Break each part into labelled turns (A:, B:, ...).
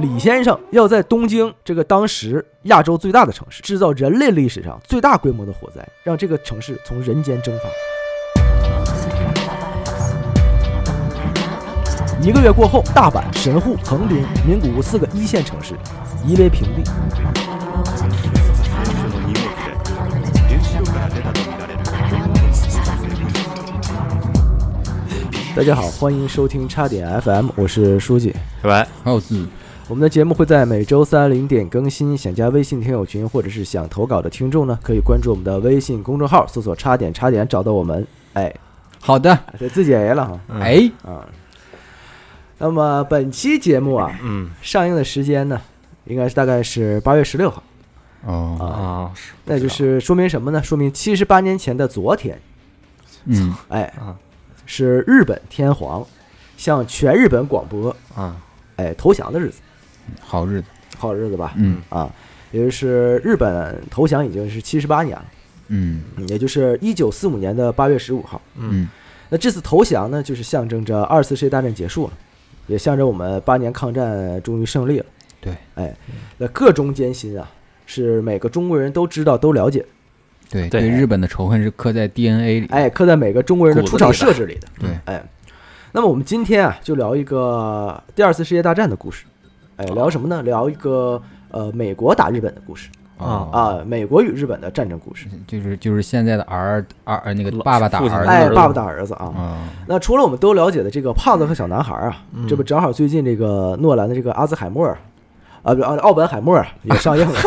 A: 李先生要在东京这个当时亚洲最大的城市制造人类历史上最大规模的火灾，让这个城市从人间蒸发。一个月过后，大阪、神户、横滨、名古屋四个一线城市夷为平地。
B: の2号機で原子力が出たとみられる
A: 大家好，欢迎收听叉点 FM，我是书记。
B: 喂，
C: 还有字，
A: 我们的节目会在每周三零点更新。想加微信听友群或者是想投稿的听众呢，可以关注我们的微信公众号，搜索“叉点叉点”找到我们。哎，
C: 好的，
A: 这自己爷了哈。
B: 嗯
C: 哎，
A: 啊。那么本期节目啊，
B: 嗯
A: 上映的时间呢，应该是大概是八月十六号
C: 哦，
A: 啊，
B: 啊，
A: 那就是说明什么呢？说明七十八年前的昨天，
C: 嗯，
A: 哎
B: 啊，
A: 是日本天皇向全日本广播
B: 啊，
A: 哎投降的日子，
C: 好日子，
A: 好日子吧？
C: 嗯
A: 啊，也就是日本投降已经是七十八年了，
C: 嗯
A: 也就是一九四五年的八月十五号。
C: 嗯
A: 那这次投降呢，就是象征着二次世界大战结束了，也象征我们八年抗战终于胜利了。
C: 对，
A: 哎，那各中艰辛啊，是每个中国人都知道、都了解，
C: 对
B: 对
C: 对，日本的仇恨是刻在 DNA 里，
A: 哎，刻在每个中国人的出厂设置里的。
C: 对，
A: 哎，那么我们今天啊，就聊一个第二次世界大战的故事。哎，聊什么呢？聊一个呃，美国打日本的故事
B: 啊
C: 啊，
A: 啊，美国与日本的战争故事。
C: 就是就是现在的 R R 那个
B: 老
C: 爸爸打
B: 父亲
C: 儿子，
A: 哎，爸爸打儿子啊。
C: 啊，
A: 那除了我们都了解的这个胖子和小男孩啊，
B: 嗯
A: 这不正好最近这个诺兰的这个阿兹海默尔，啊不，奥奥本海默尔也上映了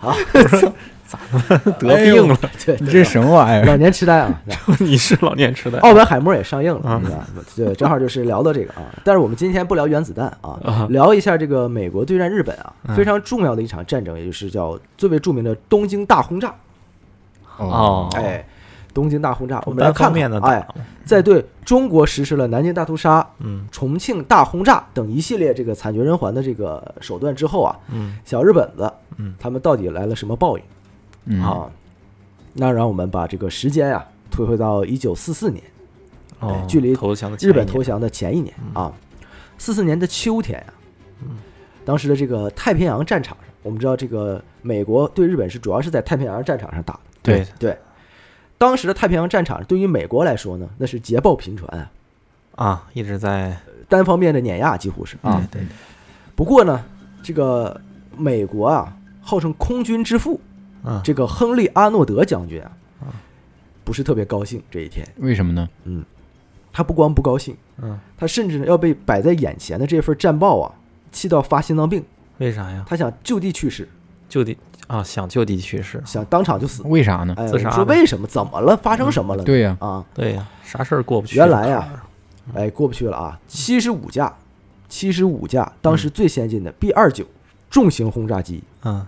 A: 啊，
B: 得病了，
A: 哎 对，
C: 哎你这什么玩意
A: 老
C: 儿？
A: 年痴呆啊，
B: 你是老年痴呆
A: 奥本海默尔也上映了，
B: 啊
A: 对吧？对，正好就是聊到这个啊，但是我们今天不聊原子弹啊
B: 啊，
A: 聊一下这个美国对战日本啊，
B: 嗯
A: 非常重要的一场战争，也就是叫最为著名的东京大轰炸，
B: 哦，
A: 哎。东京大轰炸，我们来
B: 单
A: 看
B: 方
A: 看
B: 面的，
A: 哎，，在对中国实施了南京大屠杀、
B: 嗯
A: 重庆大轰炸等一系列这个惨绝人寰的这个手段之后啊，
B: 嗯
A: 小日本子
B: 嗯
A: 他们到底来了什么报应
C: 嗯，
A: 啊？那让我们把这个时间啊推回到一九四四年，
B: 哦
A: 哎，距离
B: 投降的前
A: 日本
B: 一年嗯
A: 投降的前一年啊，四四年的秋天啊，当时的这个太平洋战场上，我们知道这个美国对日本是主要是在太平洋战场上打的，
B: 对
A: 对。当时的太平洋战场对于美国来说呢，那是捷报频传啊，
B: 啊，一直在
A: 单方面的碾压几乎是啊。
B: 对对，
A: 不过呢，这个美国啊，号称空军之父，
B: 啊
A: 这个亨利·阿诺德将军啊，
B: 嗯
A: 不是特别高兴这一天。
C: 为什么呢？
A: 他不光不高兴，
B: 嗯，
A: 他甚至呢要被摆在眼前的这份战报啊，气到发心脏病。
B: 为啥呀？
A: 他想就地去世，
B: 就地啊，想就地去世，
A: 想当场就死。
C: 为啥呢？
A: 哎，
B: 自杀
A: 你说
B: 呗
A: 为什么？怎么了？发生什么了呢？
C: 对呀，
A: 啊，
B: 对呀，啥事儿过不去？
A: 原来呀，哎，过不去了啊！七十五架，七十五架，当时最先进的 B 二九重型轰炸机，
B: 嗯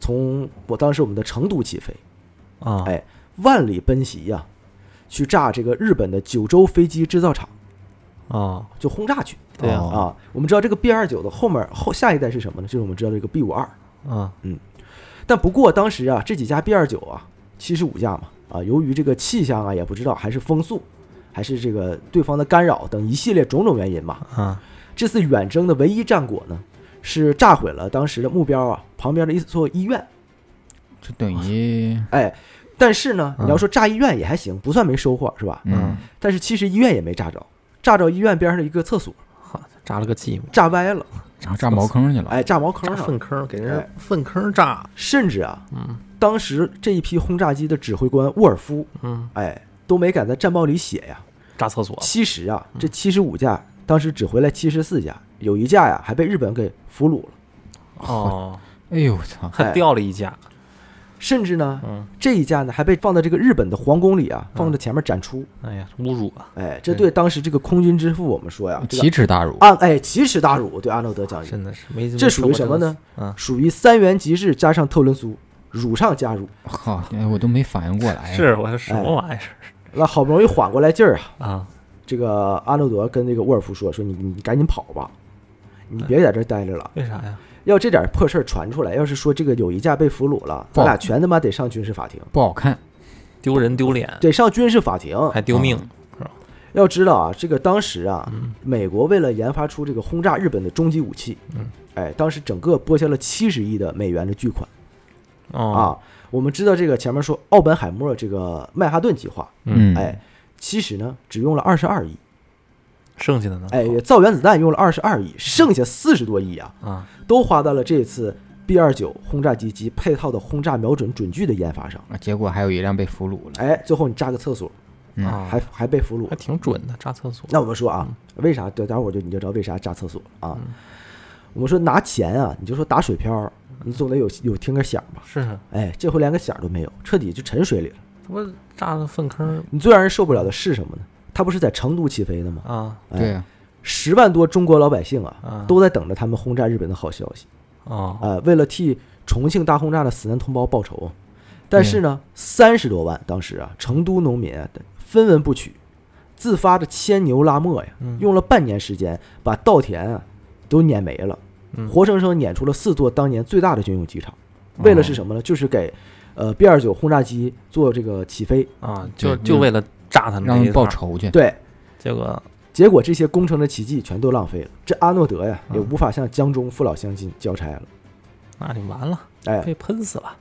A: 从我当时我们的成都起飞，
B: 啊，
A: 哎，万里奔袭呀、去炸这个日本的九州飞机制造厂，
B: 啊，
A: 就轰炸去
B: 对呀，
C: 哦
A: 啊！我们知道这个 B 二九的后面后下一代是什么呢？就是我们知道这个 B 五二。
B: 啊
A: 但不过当时啊，这几架 B 二九啊，七十五架嘛，啊，由于这个气象啊也不知道，还是风速，还是这个对方的干扰等一系列种种原因吧，
B: 啊
A: 这次远征的唯一战果呢，是炸毁了当时的目标啊旁边的一座医院。
C: 就等于
B: 啊
A: 哎，但是呢，
B: 嗯
A: 你要说炸医院也还行，不算没收获是吧？
C: 嗯
B: 嗯，
A: 但是其实医院也没炸着，炸着医院边上的一个厕所，
B: 好，扎了个寂寞，
A: 炸歪了，
C: 炸炸茅坑
B: 啊
C: 去了，
A: 哎，炸茅坑哎上了，
B: 坑，给
A: 人
B: 粪坑炸，
A: 甚至啊，
B: 嗯
A: 当时这一批轰炸机的指挥官沃尔夫，
B: 嗯，
A: 哎，都没敢在战报里写呀。
B: 炸 厕所
A: 其实啊，
B: 嗯
A: 这七十五架当时只回来七十四架，有一架呀还被日本给俘虏了。
B: 哦，
C: 哎呦我操，
B: 还掉了一架，
A: 甚至呢，
B: 嗯，
A: 这一架呢还被放到这个日本的皇宫里啊，放到前面展出。
B: 哎呀，侮辱啊，
A: 哎，这对当时这个空军之父我们说呀，这
C: 奇
A: 个
C: 耻大辱，
A: 啊，哎，奇耻大辱，对阿诺德将军，
B: 真的是没
A: 哎这属于什么呢？
B: 嗯
A: 属于三元极致加上特伦苏，辱上加辱。
C: 靠，哎我都没反应过来，
B: 是我说什
A: 哎
B: 么玩意儿
A: 那好不容易缓过来劲儿啊，
B: 啊？
A: 这个阿诺德跟这个沃尔夫说：“说你你赶紧跑吧，你别在这儿待着了。
B: 为啥呀？
A: 要这点破事儿传出来，要是说这个有一架被俘虏了，咱俩全他妈得上军事法庭，
C: 不好看，
B: 丢人丢脸，
D: 哎
A: 得上军事法庭。
B: 还丢命，
A: 要知道啊，这个当时啊，美国为了研发出这个轰炸日本的终极武器，
D: 嗯
A: 哎，当时整个拨下了七十亿的美元的巨款、
D: 哦，
A: 啊。我们知道这个前面说奥本海默这个曼哈顿计划，
D: 嗯
C: 嗯，
A: 哎，其实呢只用了二十二亿，
D: 剩下的呢？
A: 哎，造原子弹用了二十二亿，剩下四十多亿啊，
D: 啊，
A: 都花到了这次 B 二九轰炸机及配套的轰炸瞄准准距的研发上。
C: 啊结果还有一辆被俘虏了。
A: 哎，最后你炸个厕所，
C: 嗯
D: 啊
A: 还还被俘虏
D: 还，挺准的，炸厕所。
A: 那我们说啊，为啥？对，待会儿我就你就知道为啥炸厕所了
D: 嗯
A: 啊。我们说拿钱啊，你就说打水漂儿，你总得有有听个响吧？
D: 是啊，
A: 哎，这回连个响儿都没有，彻底就沉水里了。
D: 他不是炸了粪坑
A: 你最让人受不了的是什么呢？它不是在成都起飞的吗？
D: 啊？
A: 哎
C: 对啊，
A: 十万多中国老百姓啊
D: 啊，
A: 都在等着他们轰炸日本的好消息
D: 哦，
A: 啊、为了替重庆大轰炸的死难同胞报仇。但是呢，三十多万当时啊，成都农民啊分文不取，自发的牵牛拉磨呀，
D: 嗯
A: 用了半年时间把稻田啊都碾没了，
D: 嗯
A: 活生生碾出了四座当年最大的军用机场。为了是什么呢？就是给呃 B 二九轰炸机做这个起飞。
D: 啊，就
C: 对
D: 就为了炸他们，
C: 让他们报。仇去。
A: 对，
D: 结果
A: 结果这些工程的奇迹全都浪费了。这阿诺德呀，也无法向江中父老乡亲交差了。
D: 那就完了，
A: 哎，
D: 被喷死了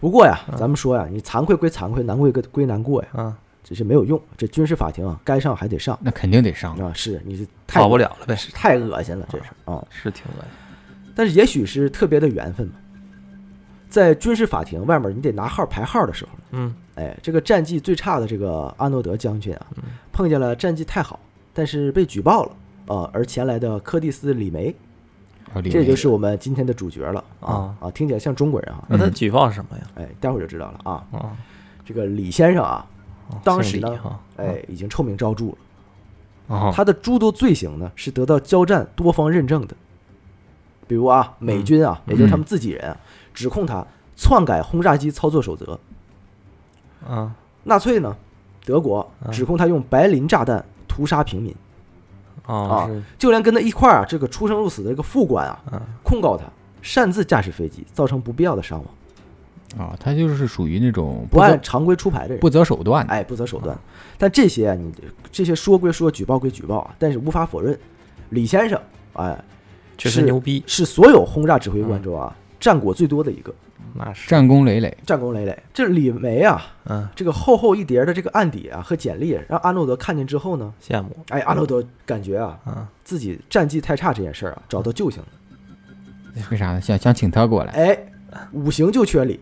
A: 不过呀，咱们说呀，你惭愧归惭愧，难过归归难过呀，
D: 啊，
A: 只是没有用。这军事法庭啊，该上还得上
C: 那肯定得上，
A: 啊。是你是太
D: 跑不了了呗。
A: 是太恶心了，这是啊。
D: 是挺恶心。
A: 但是也许是特别的缘分嘛，在军事法庭外面你得拿号排号的时候，
D: 嗯，
A: 哎，这个战绩最差的这个阿诺德将军啊，碰见了战绩太好但是被举报了，呃，而前来的柯蒂斯·李梅，
C: 要立
A: 这
C: 威
A: 就是我们今天的主角了啊
D: 啊
A: 啊，听起来像中国人啊，
D: 那
C: 嗯
D: 他举报什么呀？
A: 哎，待会儿就知道了啊。
D: 啊，
A: 这个李先生啊，
D: 啊
A: 当时
D: 姓李
A: 呢
D: 哈，
A: 哎，已经臭名昭著了，
C: 哦
D: 啊，
A: 他的诸多罪行呢是得到交战多方认证的，比如啊，
C: 嗯
A: 美军啊，也就是他们自己人啊，指控他篡改轰炸机操作守则。
D: 啊
A: 纳粹呢，德国
D: 啊
A: 指控他用白磷炸弹屠杀平民，
D: 啊
A: 啊
D: 是
A: 就连跟他一块儿啊这个出生入死的这个副官啊，
D: 啊
A: 控告他擅自驾驶飞机，造成不必要的伤亡，
C: 啊，他就是属于那种
A: 不
C: 不
A: 按
C: 择
A: 常规出牌的人，
C: 不择手段的。
A: 哎，不择手段。但这些啊，你这些说归说，举报归举报啊，但是无法否认，李先生哎
D: 确实牛逼，
A: 是所有轰炸指挥
D: 嗯
A: 官中啊战果最多的一个，
D: 那是
C: 战功累累，
A: 战功累累。这李梅啊，
D: 嗯，
A: 这个厚厚一叠的这个案底啊和简历，让阿诺德看见之后呢，
D: 羡慕
A: 哎，阿诺德感觉啊
D: 啊，
A: 自己战绩太差这件事儿啊找到救星了，
C: 为啥呢？想想请他
D: 嗯
C: 过来，
A: 哎，五行就缺李，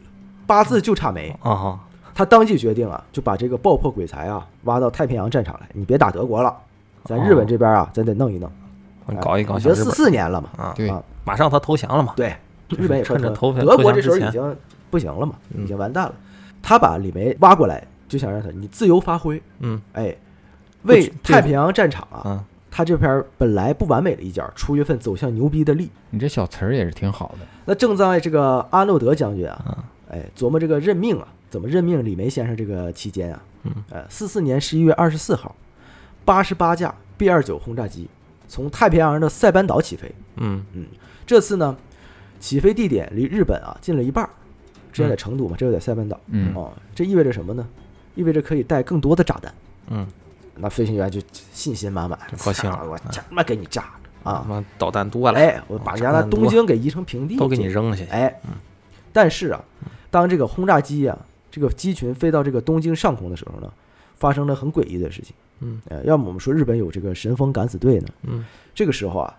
A: 八字就差梅。
D: 啊哈，
A: 他当即决定啊，就把这个爆破鬼才啊挖到太平洋战场来，你别打德国了，咱日本这边啊，咱得弄一弄，
D: 我搞一哦搞
A: 已经
D: 小日
A: 四
D: 本
A: 四年了嘛，
D: 啊，
C: 对
A: 啊
D: 马上他投降了嘛，
A: 对，
D: 就是
A: 日本也快
D: 趁着投
A: 德国
D: 投降
A: 这时候
D: 之前
A: 已经不行了嘛，
D: 嗯
A: 已经完蛋了。他把李梅挖过来，就想让他你自由发挥，
D: 嗯
A: 哎，为
D: 这
A: 太平洋战场啊，
D: 啊，
A: 他这篇本来不完美的一角，出一份走向牛逼的力。
C: 你这小词儿也是挺好的。
A: 那正在这个阿诺德将军啊
D: 嗯，
A: 哎，琢磨这个任命啊，怎么任命李梅先生这个期间啊
D: 嗯，
A: 呃，四四年十一月二十四号，八十八架 B 二九轰炸机从太平洋的塞班岛起飞。
D: 嗯
A: 这次呢，起飞地点离日本啊近了一半儿，之
D: 嗯
A: 前在成都嘛，这又在塞班岛，
C: 嗯
A: 哦，这意味着什么呢？意味着可以带更多的炸弹。
D: 嗯，
A: 那飞行员就信心满满，
D: 就高兴了嗯
A: 操我
D: 啊
A: 他妈给你炸了
D: 他
A: 啊！
D: 妈导弹多了，
A: 哎，我把人家那东京给夷成平地，
D: 都给你扔下去，嗯
A: 哎，但是啊，当这个轰炸机啊，这个机群飞到这个东京上空的时候呢，发生了很诡异的事情。
D: 嗯，
A: 呃，要么我们说日本有这个神风敢死队呢，
D: 嗯
A: 这个时候啊，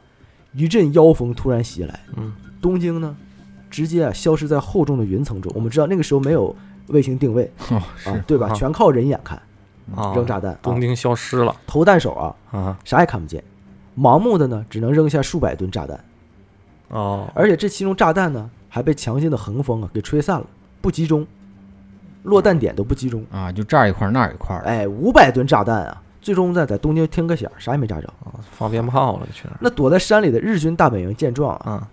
A: 一阵妖风突然袭来，
D: 嗯，
A: 东京呢，直接啊消失在厚重的云层中。我们知道那个时候没有卫星定位
C: 哦，
A: 啊
C: 是，
A: 对吧？
D: 啊
A: 全靠人眼看，
D: 啊，
A: 扔炸弹啊，
D: 东京消失了
A: 投弹手啊，
D: 啊，
A: 啥也看不见，盲目的呢，只能扔下数百吨炸
D: 嗯
A: 弹。
D: 哦，
A: 而且这其中炸弹呢还被强劲的横风啊给吹散了，不集中，落弹点都不集中。
C: 啊，就这儿一块儿那儿一块儿，
A: 哎，五百吨炸弹啊，最终在在东京听个响，啥也没炸着。
D: 放鞭炮了，去那儿
A: 那躲在山里的日军大本营见状啊，
D: 啊，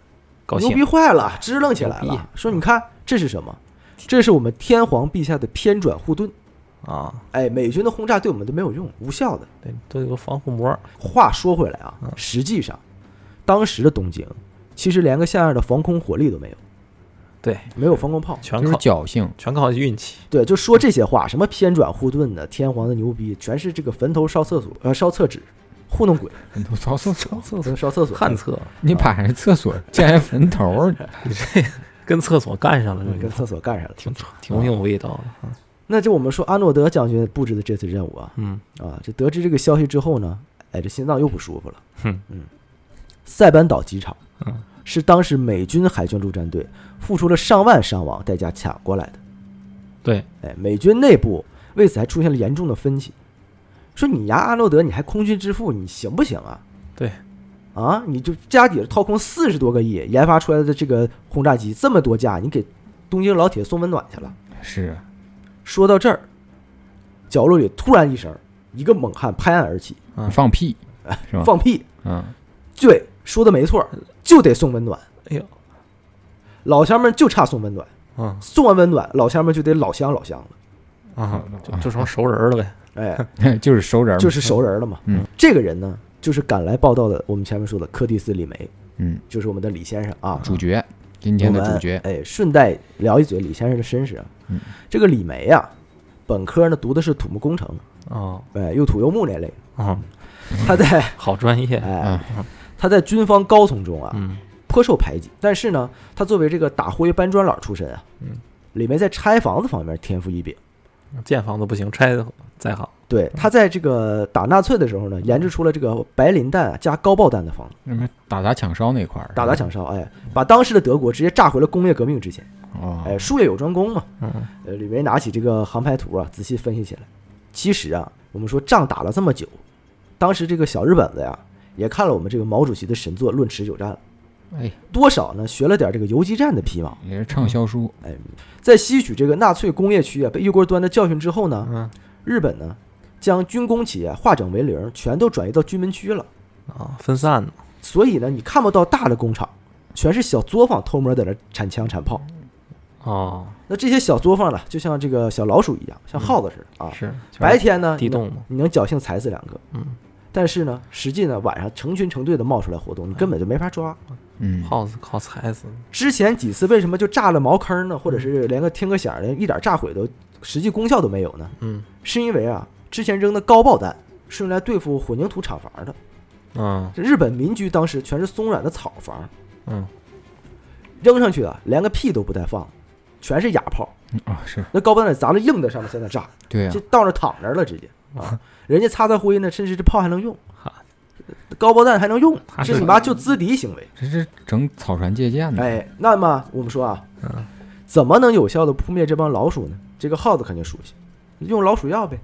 D: 高
A: 牛
D: 兴
A: 逼坏了，支棱起来
D: 牛逼
A: 了，说你看这是什么？这是我们天皇陛下的偏转护盾。
D: 啊，
A: 哎，美军的轰炸对我们都没有用，无效的。
D: 对，都有个防护膜，
A: 话说回来啊，实际上，当时的东京其实连个像样的防空火力都没有。
D: 对，
A: 没有防空炮。
D: 全
C: 就是
D: 靠
C: 侥幸。
D: 全靠运气。
A: 对，就说这些话，什么偏转护盾的、天皇的牛逼，全是这个坟头烧厕所，呃，烧厕纸，糊弄鬼，
C: 坟头烧厕所，
D: 厕
A: 坟头烧厕所，
D: 旱厕
C: 你
A: 啊
C: 把人厕所建成坟头儿，
D: 跟厕所干上了，
A: 嗯
D: 这
A: 跟
D: 个
A: 厕所啊干上了。
D: 挺挺有味道的。
A: 那就我们说阿诺德将军布置的这次任务啊，
D: 嗯，
A: 啊，这得知这个消息之后呢，哎，这心脏又不舒服了。
D: 哼
A: 嗯，塞班岛机场
D: 嗯
A: 是当时美军海军陆战队付出了上万伤亡代价抢过来的。
D: 对，
A: 哎，美军内部为此还出现了严重的分歧，说你呀，阿诺德，你还空军之父，你行不行啊？
D: 对，
A: 啊，你就家底下掏空四十多个亿研发出来的这个轰炸机这么多架，你给东京老铁送温暖去了。
C: 是
A: 说到这儿，角落里突然一声，一个猛汉拍案而起，
D: 嗯
C: 放屁是吧？
A: 哎放屁！
C: 嗯，
A: 对，说的没错，就得送温暖。
D: 嗯哎呦，
A: 老乡们就差送温暖，
D: 嗯
A: 送完温暖，老乡们就得老乡老乡了，
D: 啊，
A: 嗯
D: 就就成熟人了呗。
A: 哎，
C: 就是熟人嘛，
A: 就是熟人了嘛。
C: 嗯，
A: 这个人呢，就是赶来报道的，我们前面说的柯蒂斯·李梅，
C: 嗯，
A: 就是我们的李先生啊。
C: 主角，今天的
A: 我们
C: 主角，
A: 哎，顺带聊一嘴李先生的身世啊。
C: 嗯
A: 这个李梅啊，本科呢读的是土木工程，
D: 哦
A: 哎，又土又木那类。
D: 哦，
A: 他在
D: 好专业。
A: 哎
C: 嗯，
A: 他在军方高层中啊，
D: 嗯
A: 颇受排挤。但是呢，他作为这个打灰搬砖佬出身啊，
D: 嗯，
A: 李梅在拆房子方面天赋异禀。
D: 建房子不行，拆再好。
C: 嗯
A: 对他在这个打纳粹的时候呢，研制出了这个白磷弹啊加高爆弹的房子，
C: 那么打砸抢烧那块儿，
A: 打砸抢烧，哎，把当时的德国直接炸回了工业革命之前。
C: 哦，
A: 哎，术业有专攻嘛。
D: 嗯
A: 呃，李梅拿起这个航拍图啊，仔细分析起来。其实啊，我们说仗打了这么久，当时这个小日本子呀，也看了我们这个毛主席的神作《论持久战》了，
C: 哎，
A: 多少呢学了点这个游击战的皮毛。
C: 也是畅销书，
A: 在吸取这个纳粹工业区啊被一锅端的教训之后呢，
D: 嗯
A: 日本呢将军工企业啊化整为零，全都转移到军门区了。
D: 啊，分散呢。
A: 所以呢，你看不到大的工厂，全是小作坊偷摸在那产枪产炮。
D: 嗯哦，
A: 那这些小作坊呢，就像这个小老鼠一样，像耗子似的啊。
D: 是
A: 白天呢，
D: 地洞嘛。
A: 你能侥幸踩死两个，
D: 嗯，
A: 但是呢，实际呢，晚上成群成队的冒出来活动，你根本就没法抓。
C: 嗯，
D: 耗子靠踩死。
A: 之前几次为什么就炸了茅坑呢？或
D: 嗯
A: 者是连个听个响儿，连一点炸毁都实际功效都没有呢？
D: 嗯
A: 是因为啊，之前扔的高爆弹是用来对付混凝土厂房的。
D: 嗯
A: 这日本民居当时全是松软的草房，
D: 嗯，
A: 扔上去啊，连个屁都不带放，全是哑炮。
C: 啊是
A: 那高爆弹砸了硬的上面，在那炸，
C: 对啊
A: 就，到那躺那儿了，直接啊，人家擦擦灰呢，甚至这炮还能用
D: 哈，
A: 高爆弹还能用，
D: 他
A: 这
D: 是
A: 你妈就资敌行为。
C: 这是整草船借箭的，
A: 哎，那么我们说啊，怎么能有效的扑灭这帮老鼠呢？这个耗子肯定熟悉，用老鼠药呗，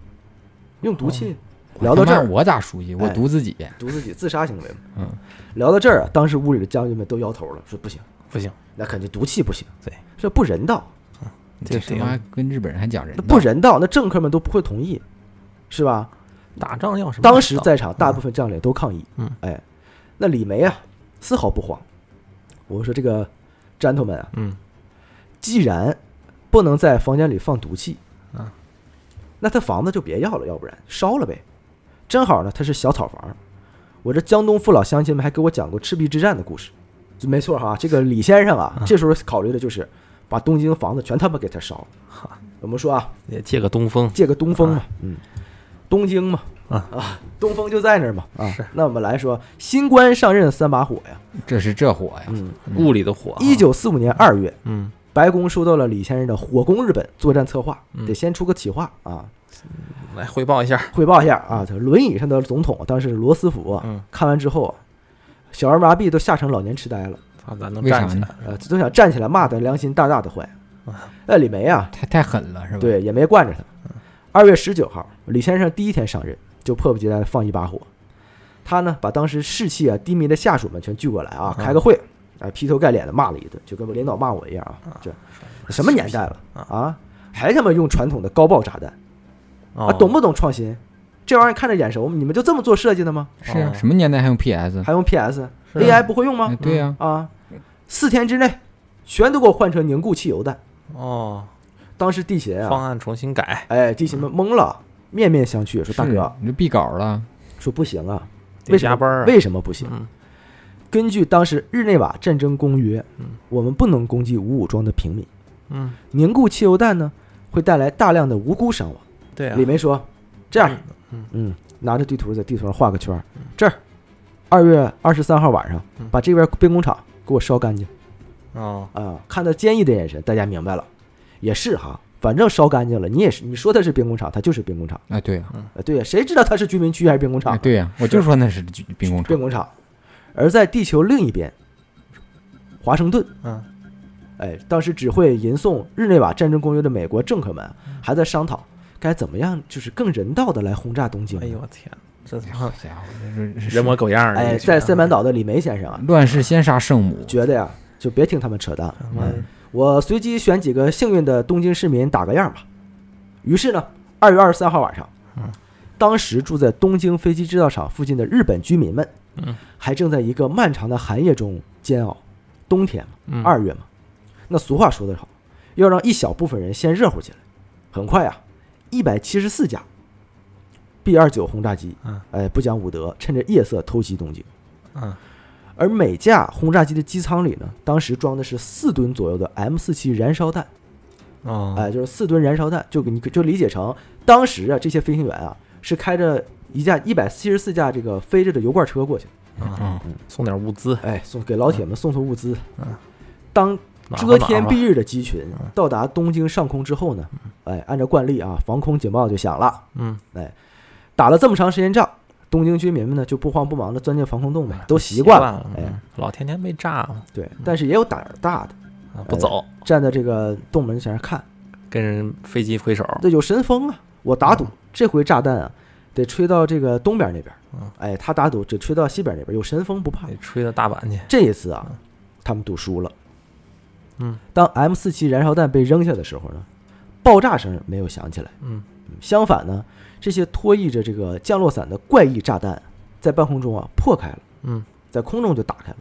A: 用毒气。聊到这
C: 他
A: 儿
C: 妈，我咋熟悉？我
A: 哎
C: 毒自己，
A: 毒自己自杀行为嘛。
C: 嗯，
A: 聊到这儿啊，当时屋里的将军们都摇头了，说不行，
D: 不行，
A: 那肯定毒气不行，
D: 对，
A: 这不人道，
D: 这
C: 这他妈跟日本人还讲人
A: 那
C: 道，
A: 不人道，那政客们都不会同意，是吧？
D: 打仗要什么人道？
A: 当时在场大部分将领都抗议。
D: 嗯，
A: 哎，那李梅啊，丝毫不慌。我们说这个 gentleman 啊，
D: 嗯
A: 既然不能在房间里放毒气，
D: 啊，
A: 那他房子就别要了，要不然烧了呗。正好呢，他是小草房。我这江东父老乡亲们还给我讲过赤壁之战的故 事，就没错哈。这个李先生啊，
D: 啊
A: 这时候考虑的就是把东京房子全他妈给他烧了。
D: 哈
A: 我们说啊，
D: 也借个东风。
A: 借个东风嘛，嗯，东京嘛，
D: 啊
A: 东风就在那儿嘛，啊
D: 是。
A: 那我们来说，新官上任三把火呀。
C: 这是这火呀，
A: 嗯，
D: 雾里的火啊。
A: 一九四五年二月，
D: 嗯，
A: 白宫收到了李先生的“火攻日本”作战策划，
D: 嗯
A: 得先出个企划啊，
D: 来汇报一下。
A: 汇报一下啊。这轮椅上的总统当时是罗斯福啊，
D: 嗯
A: 看完之后啊，小儿麻痹都吓成老年痴呆了，
D: 啊，咱能
C: 为啥
D: 站起
C: 呢
D: 来。
A: 呃，都想站起来骂他，良心大大的坏
D: 啊。
A: 哎，李梅啊，
C: 太太狠了是吧？，
A: 对，也没惯着他。二月十九号，李先生第一天上任，就迫不及待地放一把火。他呢，把当时士气啊低迷的下属们全聚过来啊，开个会，啊，劈头盖脸的骂了一顿，就跟领导骂我一样啊，这什么年代了
D: 啊
A: 啊，还他妈用传统的高爆炸弹啊，
D: 啊
A: 懂不懂创新？这玩意儿看着眼熟，你们就这么做设计的吗？
C: 是啊，
D: 哦
C: 什么年代还用 PS？
A: 还用 PS？AI
D: 是
A: 不会用
C: 哎
A: 吗？
C: 对呀，
A: 啊，四天之内全都给我换成凝固汽油弹。
D: 哦，
A: 当时地勤啊，
D: 方案重新改，
A: 哎，地勤们懵了，面面相觑，说大
C: 是啊
A: 哥，
C: 你这毙稿了，
A: 说不行啊，
D: 得
A: 为什么
D: 加班啊
A: 为什么不行？
D: 嗯
A: 根据当时日内瓦战争公约
D: 嗯，
A: 我们不能攻击无武装的平民。
D: 嗯，
A: 凝固汽油弹呢，会带来大量的无辜伤亡。
D: 对啊
A: 李，梅说：“这样，
D: 嗯
A: 嗯，拿着地图在地图上画个圈儿，这儿，二月二十三号晚上
D: 嗯，
A: 把这边兵工厂给我烧干净
D: 哦，
A: 啊、看他坚毅的眼神，大家明白了，也是哈，反正烧干净了，你也是，你说它是兵工厂，它就是兵工厂。
C: 啊，对呀，
A: 呃，对呀，谁知道它是居民区还是兵工厂
C: 啊
A: 啊？
C: 对呀，我就说那是兵工厂
A: 兵，工厂。而在地球另一边，华盛顿，
D: 嗯，
A: 哎，当时只会吟诵日内瓦战争公约的美国政客们，还在商讨该怎么样，就是更人道的来轰炸东京。
D: 哎呦我天，这他
C: 好
D: 妈
C: 家伙，这 是
D: 人模狗样儿的一
A: 哎，
D: 个群啊，
A: 在塞班岛的李梅先生啊，
C: 乱世先杀圣母，
A: 觉得呀，就别听他们扯淡了。
D: 他妈的，
A: 我随机选几个幸运的东京市民打个样吧。于是呢，二月二十三号晚上
D: 嗯，
A: 当时住在东京飞机制造厂附近的日本居民们
D: 嗯，
A: 还正在一个漫长的寒夜中煎熬。冬天嘛，
D: 嗯，
A: 二月嘛，那俗话说得好，要让一小部分人先热乎起来。很快啊，一百七十四架 B 二九轰炸机
D: 嗯，
A: 哎，不讲武德，趁着夜色偷袭东京。
D: 嗯，
A: 而每架轰炸机的机舱里呢，当时装的是四吨左右的 M 四七燃烧弹，
D: 哦，
A: 哎、就是四吨燃烧弹，就给你就理解成当时啊，这些飞行员啊是开着一架一百七十四架这个飞着的油罐车过去，
D: 嗯，
C: 嗯，
D: 送点物资，
A: 哎，送给老铁们送送物资。
D: 嗯
A: 当
D: 暖和
A: 遮天
D: 暖和
A: 蔽日的机群
D: 嗯
A: 到达东京上空之后呢，哎，按照惯例啊，防空警报就响了。
D: 嗯，
A: 打了这么长时间仗，东京居民们呢就不慌不忙的钻进防空洞呗，都习
D: 习
A: 惯了。
D: 了，
A: 哎
D: 嗯老天天被炸嘛，
A: 对，但是也有胆儿大的，
D: 啊不走，
A: 站在这个洞门前看。
D: 跟人飞机挥手，
A: 这有神风啊！我打赌这回炸弹啊，得吹到这个东边那边
D: 嗯。哎
A: 哎，他打赌只吹到西边那边，有神风不怕
D: 得。吹到大阪去，
A: 这一次啊，他们赌输了。
D: 嗯，
A: 当 M 四七燃烧弹被扔下的时候呢，爆炸声没有响起来。
D: 嗯，
A: 相反呢，这些拖曳着这个降落伞的怪异炸弹，在半空中啊破开了，
D: 嗯，
A: 在空中就打开了。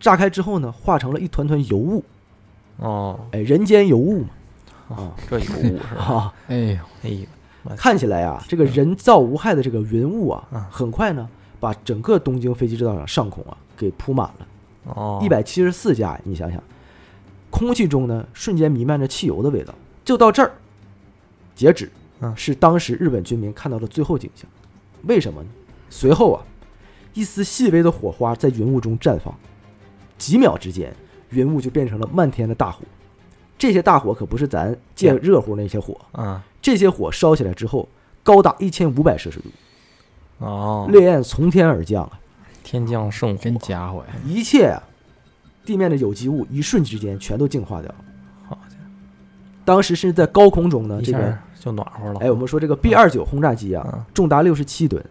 A: 炸开之后呢，化成了一团团油雾，
D: 哦，
A: 哎，人间油雾嘛，啊
D: 这有雾 是吧？
A: 啊，
C: 哎呦，
D: 哎呦，
A: 看起来啊，这个人造无害的这个云雾
D: 嗯
A: 啊，很快呢，把整个东京飞机制造厂上空啊给铺满了，
D: 哦，
A: 一百七十四架，你想想，空气中呢瞬间弥漫着汽油的味道。就到这儿，截止
D: 嗯，
A: 是当时日本军民看到的最后景象。为什么呢？随后啊，一丝细微的火花在云雾中绽放，几秒之间，云雾就变成了漫天的大火。这些大火可不是咱借热乎那些火，
D: 嗯，
A: 这些火烧起来之后，高达一千五百摄氏度，
D: 哦，
A: 烈焰从天而降啊！
D: 天降圣火，
C: 真家伙呀！
A: 一切啊，地面的有机物一瞬之间全都净化掉了。
D: 好
A: 当时是在高空中呢，
D: 一
A: 这个
D: 下就暖和了，
A: 哎，我们说这个 B 二九轰炸机啊
D: 嗯，
A: 重达六十七吨，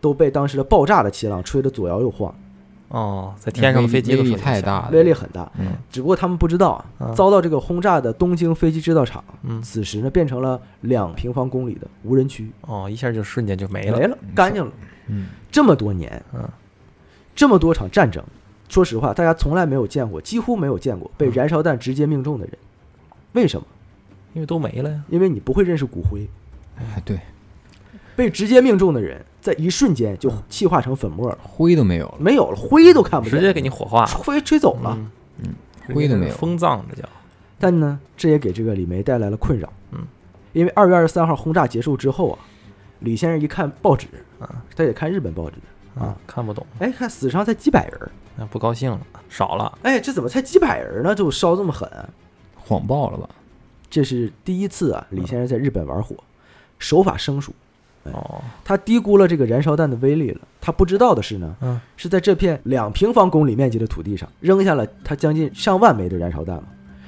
A: 都被当时的爆炸的气浪吹得左摇右晃，
D: 哦，在天上的飞机都
C: 威力
D: 说
C: 太大了，
A: 威力很大。
C: 嗯，
A: 只不过他们不知道啊，
D: 嗯
A: 遭到这个轰炸的东京飞机制造厂，
D: 嗯
A: 此时呢变成了两平方公里的无人区，
D: 哦，一下就瞬间就没
A: 没
D: 了，
A: 了，干净了。
C: 嗯，
A: 这么多年，
D: 嗯，
A: 这么多场战争，说实话，大家从来没有见过，几乎没有见过被
D: 嗯
A: 燃烧弹直接命中的人。为什么？
D: 因为都没了呀，
A: 因为你不会认识骨灰。
C: 哎对，
A: 被直接命中的人，在一瞬间就
D: 嗯
A: 气化成粉末了，
C: 灰都没有了，
A: 没有了，灰都看不见，
D: 直接给你火化了，
A: 灰吹走了。
D: 嗯
C: 灰都没有了，
D: 封葬这叫，
A: 但呢，这也给这个李梅带来了困扰。
D: 嗯，
A: 因为二月二十三号轰炸结束之后啊，李先生一看报纸，
D: 啊，
A: 他也看日本报纸，
D: 啊，看不懂，
A: 哎，看死伤才几百人儿，
D: 啊不高兴了，少了，
A: 哎，这怎么才几百人呢？就烧这么狠啊、
C: 谎报了吧？
A: 这是第一次
D: 嗯
A: 啊，李先生在日本玩火，手法生疏。哎
D: 哦，
A: 他低估了这个燃烧弹的威力了。他不知道的是呢，
D: 嗯
A: 是在这片两平方公里面积的土地上扔下了他将近上万枚的燃烧弹嘛，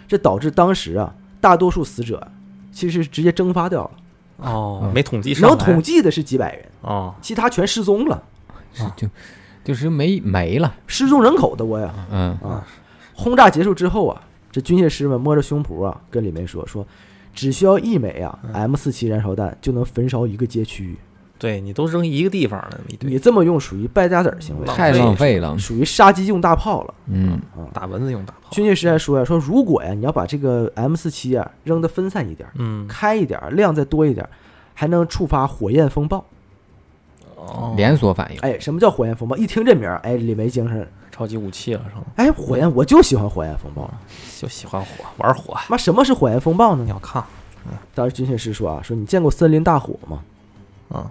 A: 这导致当时啊，大多数死者啊其实是直接蒸发掉了。
D: 哦，
C: 嗯
D: 没统计上来，
A: 能统计的是几百人，
D: 哦，
A: 其他全失踪了。
C: 是
D: 啊
C: 就就是没没了，
A: 失踪人口的我呀，
C: 嗯，
A: 啊！轰炸结束之后啊，这军械师们摸着胸脯啊，跟李梅说说，只需要一枚啊
D: 嗯
A: M 四七燃烧弹就能焚烧一个街区。
D: 对你都扔一个地方了，你对
A: 你这么用属于败家子儿行为，
D: 浪
C: 嗯太
D: 费
C: 浪费了，
A: 属于杀鸡用大炮了。
C: 嗯，
D: 打蚊子用大炮，
A: 军械师还说呀，说如果呀你要把这个 M 四七啊扔得分散一点儿，
D: 嗯，
A: 开一点儿，量再多一点儿，还能触发火焰风暴。
D: 哦，
C: 连锁反应，
A: 哦哎，什么叫火焰风暴？一听这名儿，哎，李梅精神了，
D: 超级武器了，是吗？
A: 哎，火焰我就喜欢火焰风暴，
D: 就喜欢火，玩火，
A: 妈什么是火焰风暴呢？
D: 鸟炕，
A: 当时军训师说啊，说你见过森林大火吗？
D: 嗯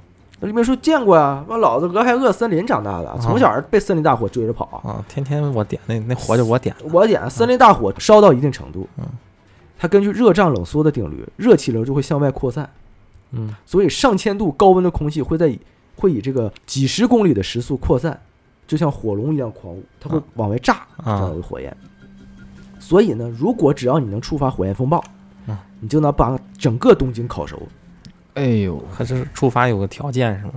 A: 那李明说见过呀，妈老子俄亥俄森林长大
C: 嗯
A: 的，从小被森林大火追着跑。
D: 啊，天天我点那那火就我点的，
A: 我讲森林大火烧到一定程度
D: 嗯，
A: 它根据热胀冷缩的定律，热气流就会向外扩散，
D: 嗯
A: 所以上千度高温的空气会在以会以这个几十公里的时速扩散，就像火龙一样狂舞，它会
D: 啊
A: 往外炸，这
D: 啊
A: 样的火焰。所以呢，如果只要你能触发火焰风暴
D: 啊，
A: 你就能把整个东京烤熟。
C: 哎呦，
D: 可是触发有个条件是吗？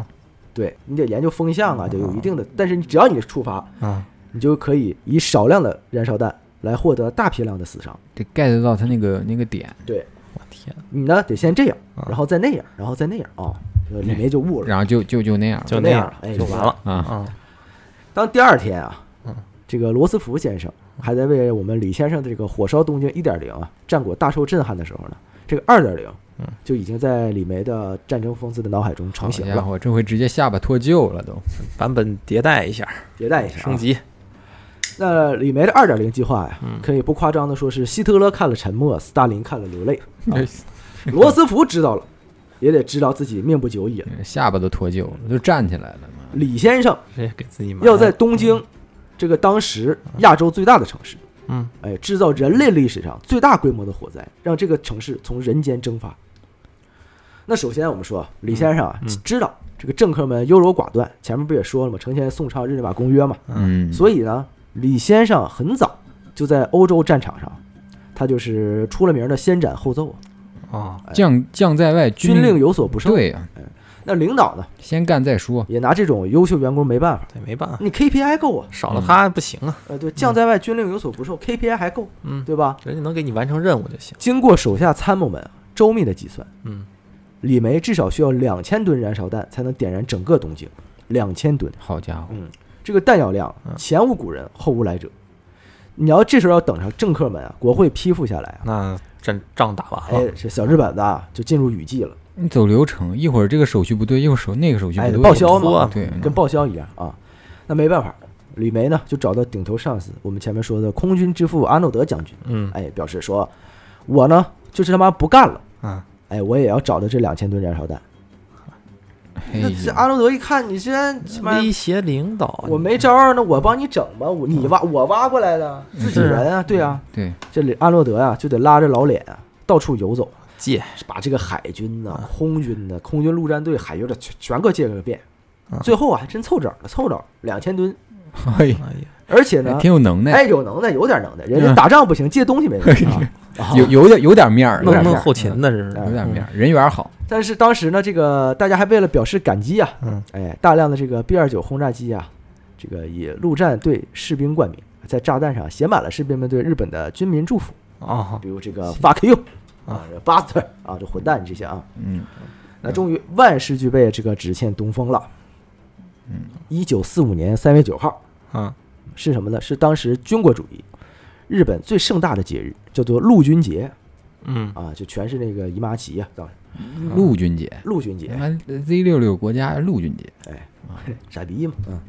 A: 对你得研究风向
D: 嗯
A: 啊，得有一定的，但是你只要你触发，
D: 啊，
A: 你就可以以少量的燃烧弹来获得大批量的死伤。
C: 这 get 到他那个那个点，
A: 对
D: 我天，
A: 你呢，得先这样，
D: 啊
A: 然后再那样，然后再那样啊。这个李梅就悟了。
C: 然后就就就那样了
D: 就
A: 那样
D: 样
A: 哎
D: 就
A: 就
D: 完
A: 完
D: 了
C: 了
D: 啊，
A: 当第二天啊
D: 嗯，
A: 这个罗斯福先生还在为我们李先生的这个火烧东京一点零啊战果大受震撼的时候呢，这个二点零
D: 嗯
A: 就已经在李梅的战争疯子的脑海中成
C: 好
A: 型
C: 家
A: 了，
C: 伙，这回直接下巴脱臼了都。
D: 版本迭代一下，
A: 迭代一下啊
D: 升。级，
A: 那李梅的二点零计划呀
D: 嗯，
A: 可以不夸张的说是希特勒看了沉默，斯大林看了 流泪，
D: 哎
C: 这
A: 罗斯福知道了，也得知道自己命不久矣了。
C: 下巴都脱臼了，都站起来了嘛。
A: 李先生
D: 这给自己买
A: 要在东京，这个当时亚洲最大的城市，
D: 嗯，
A: 哎，制造人类历史上最大规模的火灾，让这个城市从人间蒸发。那首先我们说，李先生啊，
D: 嗯嗯
A: 知道这个政客们优柔寡断，前面不也说了吗？成天颂唱日内瓦公约嘛，
C: 嗯，
A: 所以呢，李先生很早就在欧洲战场上，他就是出了名的先斩后奏啊，
D: 啊，
C: 将将在外，
A: 军令
C: 令
A: 有所不受。
C: 对呀，
A: 那领导呢，
C: 先干再说。
A: 也拿这种优秀员工没办法，
D: 这没办法，
A: 你 KPI 够啊，
D: 少了他不行啊，
A: 呃，对，将在外，军令有所不受，KPI 还够，
D: 嗯，
A: 对吧？
D: 人家能给你完成任务就行，
A: 经过手下参谋们啊周密的计算，
D: 嗯，
A: 李梅至少需要两千吨燃烧弹才能点燃整个东京，两千吨，
C: 好家伙，
A: 嗯，这个弹药量
D: 嗯
A: 前无古人后无来者。你要这时候要等上政客们啊，国会批复下来啊，
D: 那这仗打完
A: 哎
D: 了，，
A: 这小日本子啊就进入雨季了，
C: 你走流程，一会儿这个手续不对，一会儿手那个手续
A: 哎
C: 不对，
A: 报销
D: 嘛
C: 对，哎
A: 跟报销一样啊。那没办法，李梅呢就找到顶头上司，我们前面说的空军之父阿诺德将军，
D: 嗯
A: 哎，表示说，我呢就是他妈不干了。
D: 啊，
A: 哎，我也要找到这两千吨燃烧弹。
C: 哎
A: 那这阿诺德一看，你先他妈
D: 嗯威胁领导，
A: 我没招儿，那我帮你整吧，我你挖我挖过来的，自己
D: 是
A: 人啊，对啊，
C: 对，
A: 这里阿诺德啊就得拉着老脸啊到处游走，啊
D: 借，
A: 把这个海军呐、空军呐、空军陆战队、海军的全全给我借个遍
D: 啊，
A: 最后啊还真凑整了，凑整两千吨，
C: 哎呀，
D: 哎呀，
A: 而且呢，
C: 挺有能耐，
A: 哎有能耐，有点能耐，人家
C: 嗯
A: 打仗不行，借东西没问题啊，啊
C: 有有点有点面儿，有
D: 弄
C: 点
D: 弄
C: 面儿嗯
D: 后勤的这是
A: 哎
C: 有点面儿，人缘好，
A: 但是当时呢，这个大家还为了表示感激啊，
D: 嗯，
A: 哎，大量的这个 B 二九轰炸机啊，这个以陆战队士兵冠名，在炸弹上写满了士兵们对日本的军民祝福，
D: 啊，
A: 比如这个 fuck you
D: 啊
A: 啊，这 bastard 啊，这混蛋这些啊。
C: 嗯，
A: 那终于万事俱备，这个只欠东风了。嗯，一九四五年三月九号
D: 啊，
A: 是什么呢？是当时军国主义日本最盛大的节日，叫做陆军节
D: 嗯，
A: 啊，就全是那个姨妈旗啊，当时
C: 陆军节，
A: 陆军节
C: 他。妈 Z 六六国家陆军节，
A: 傻逼嘛， 嗯，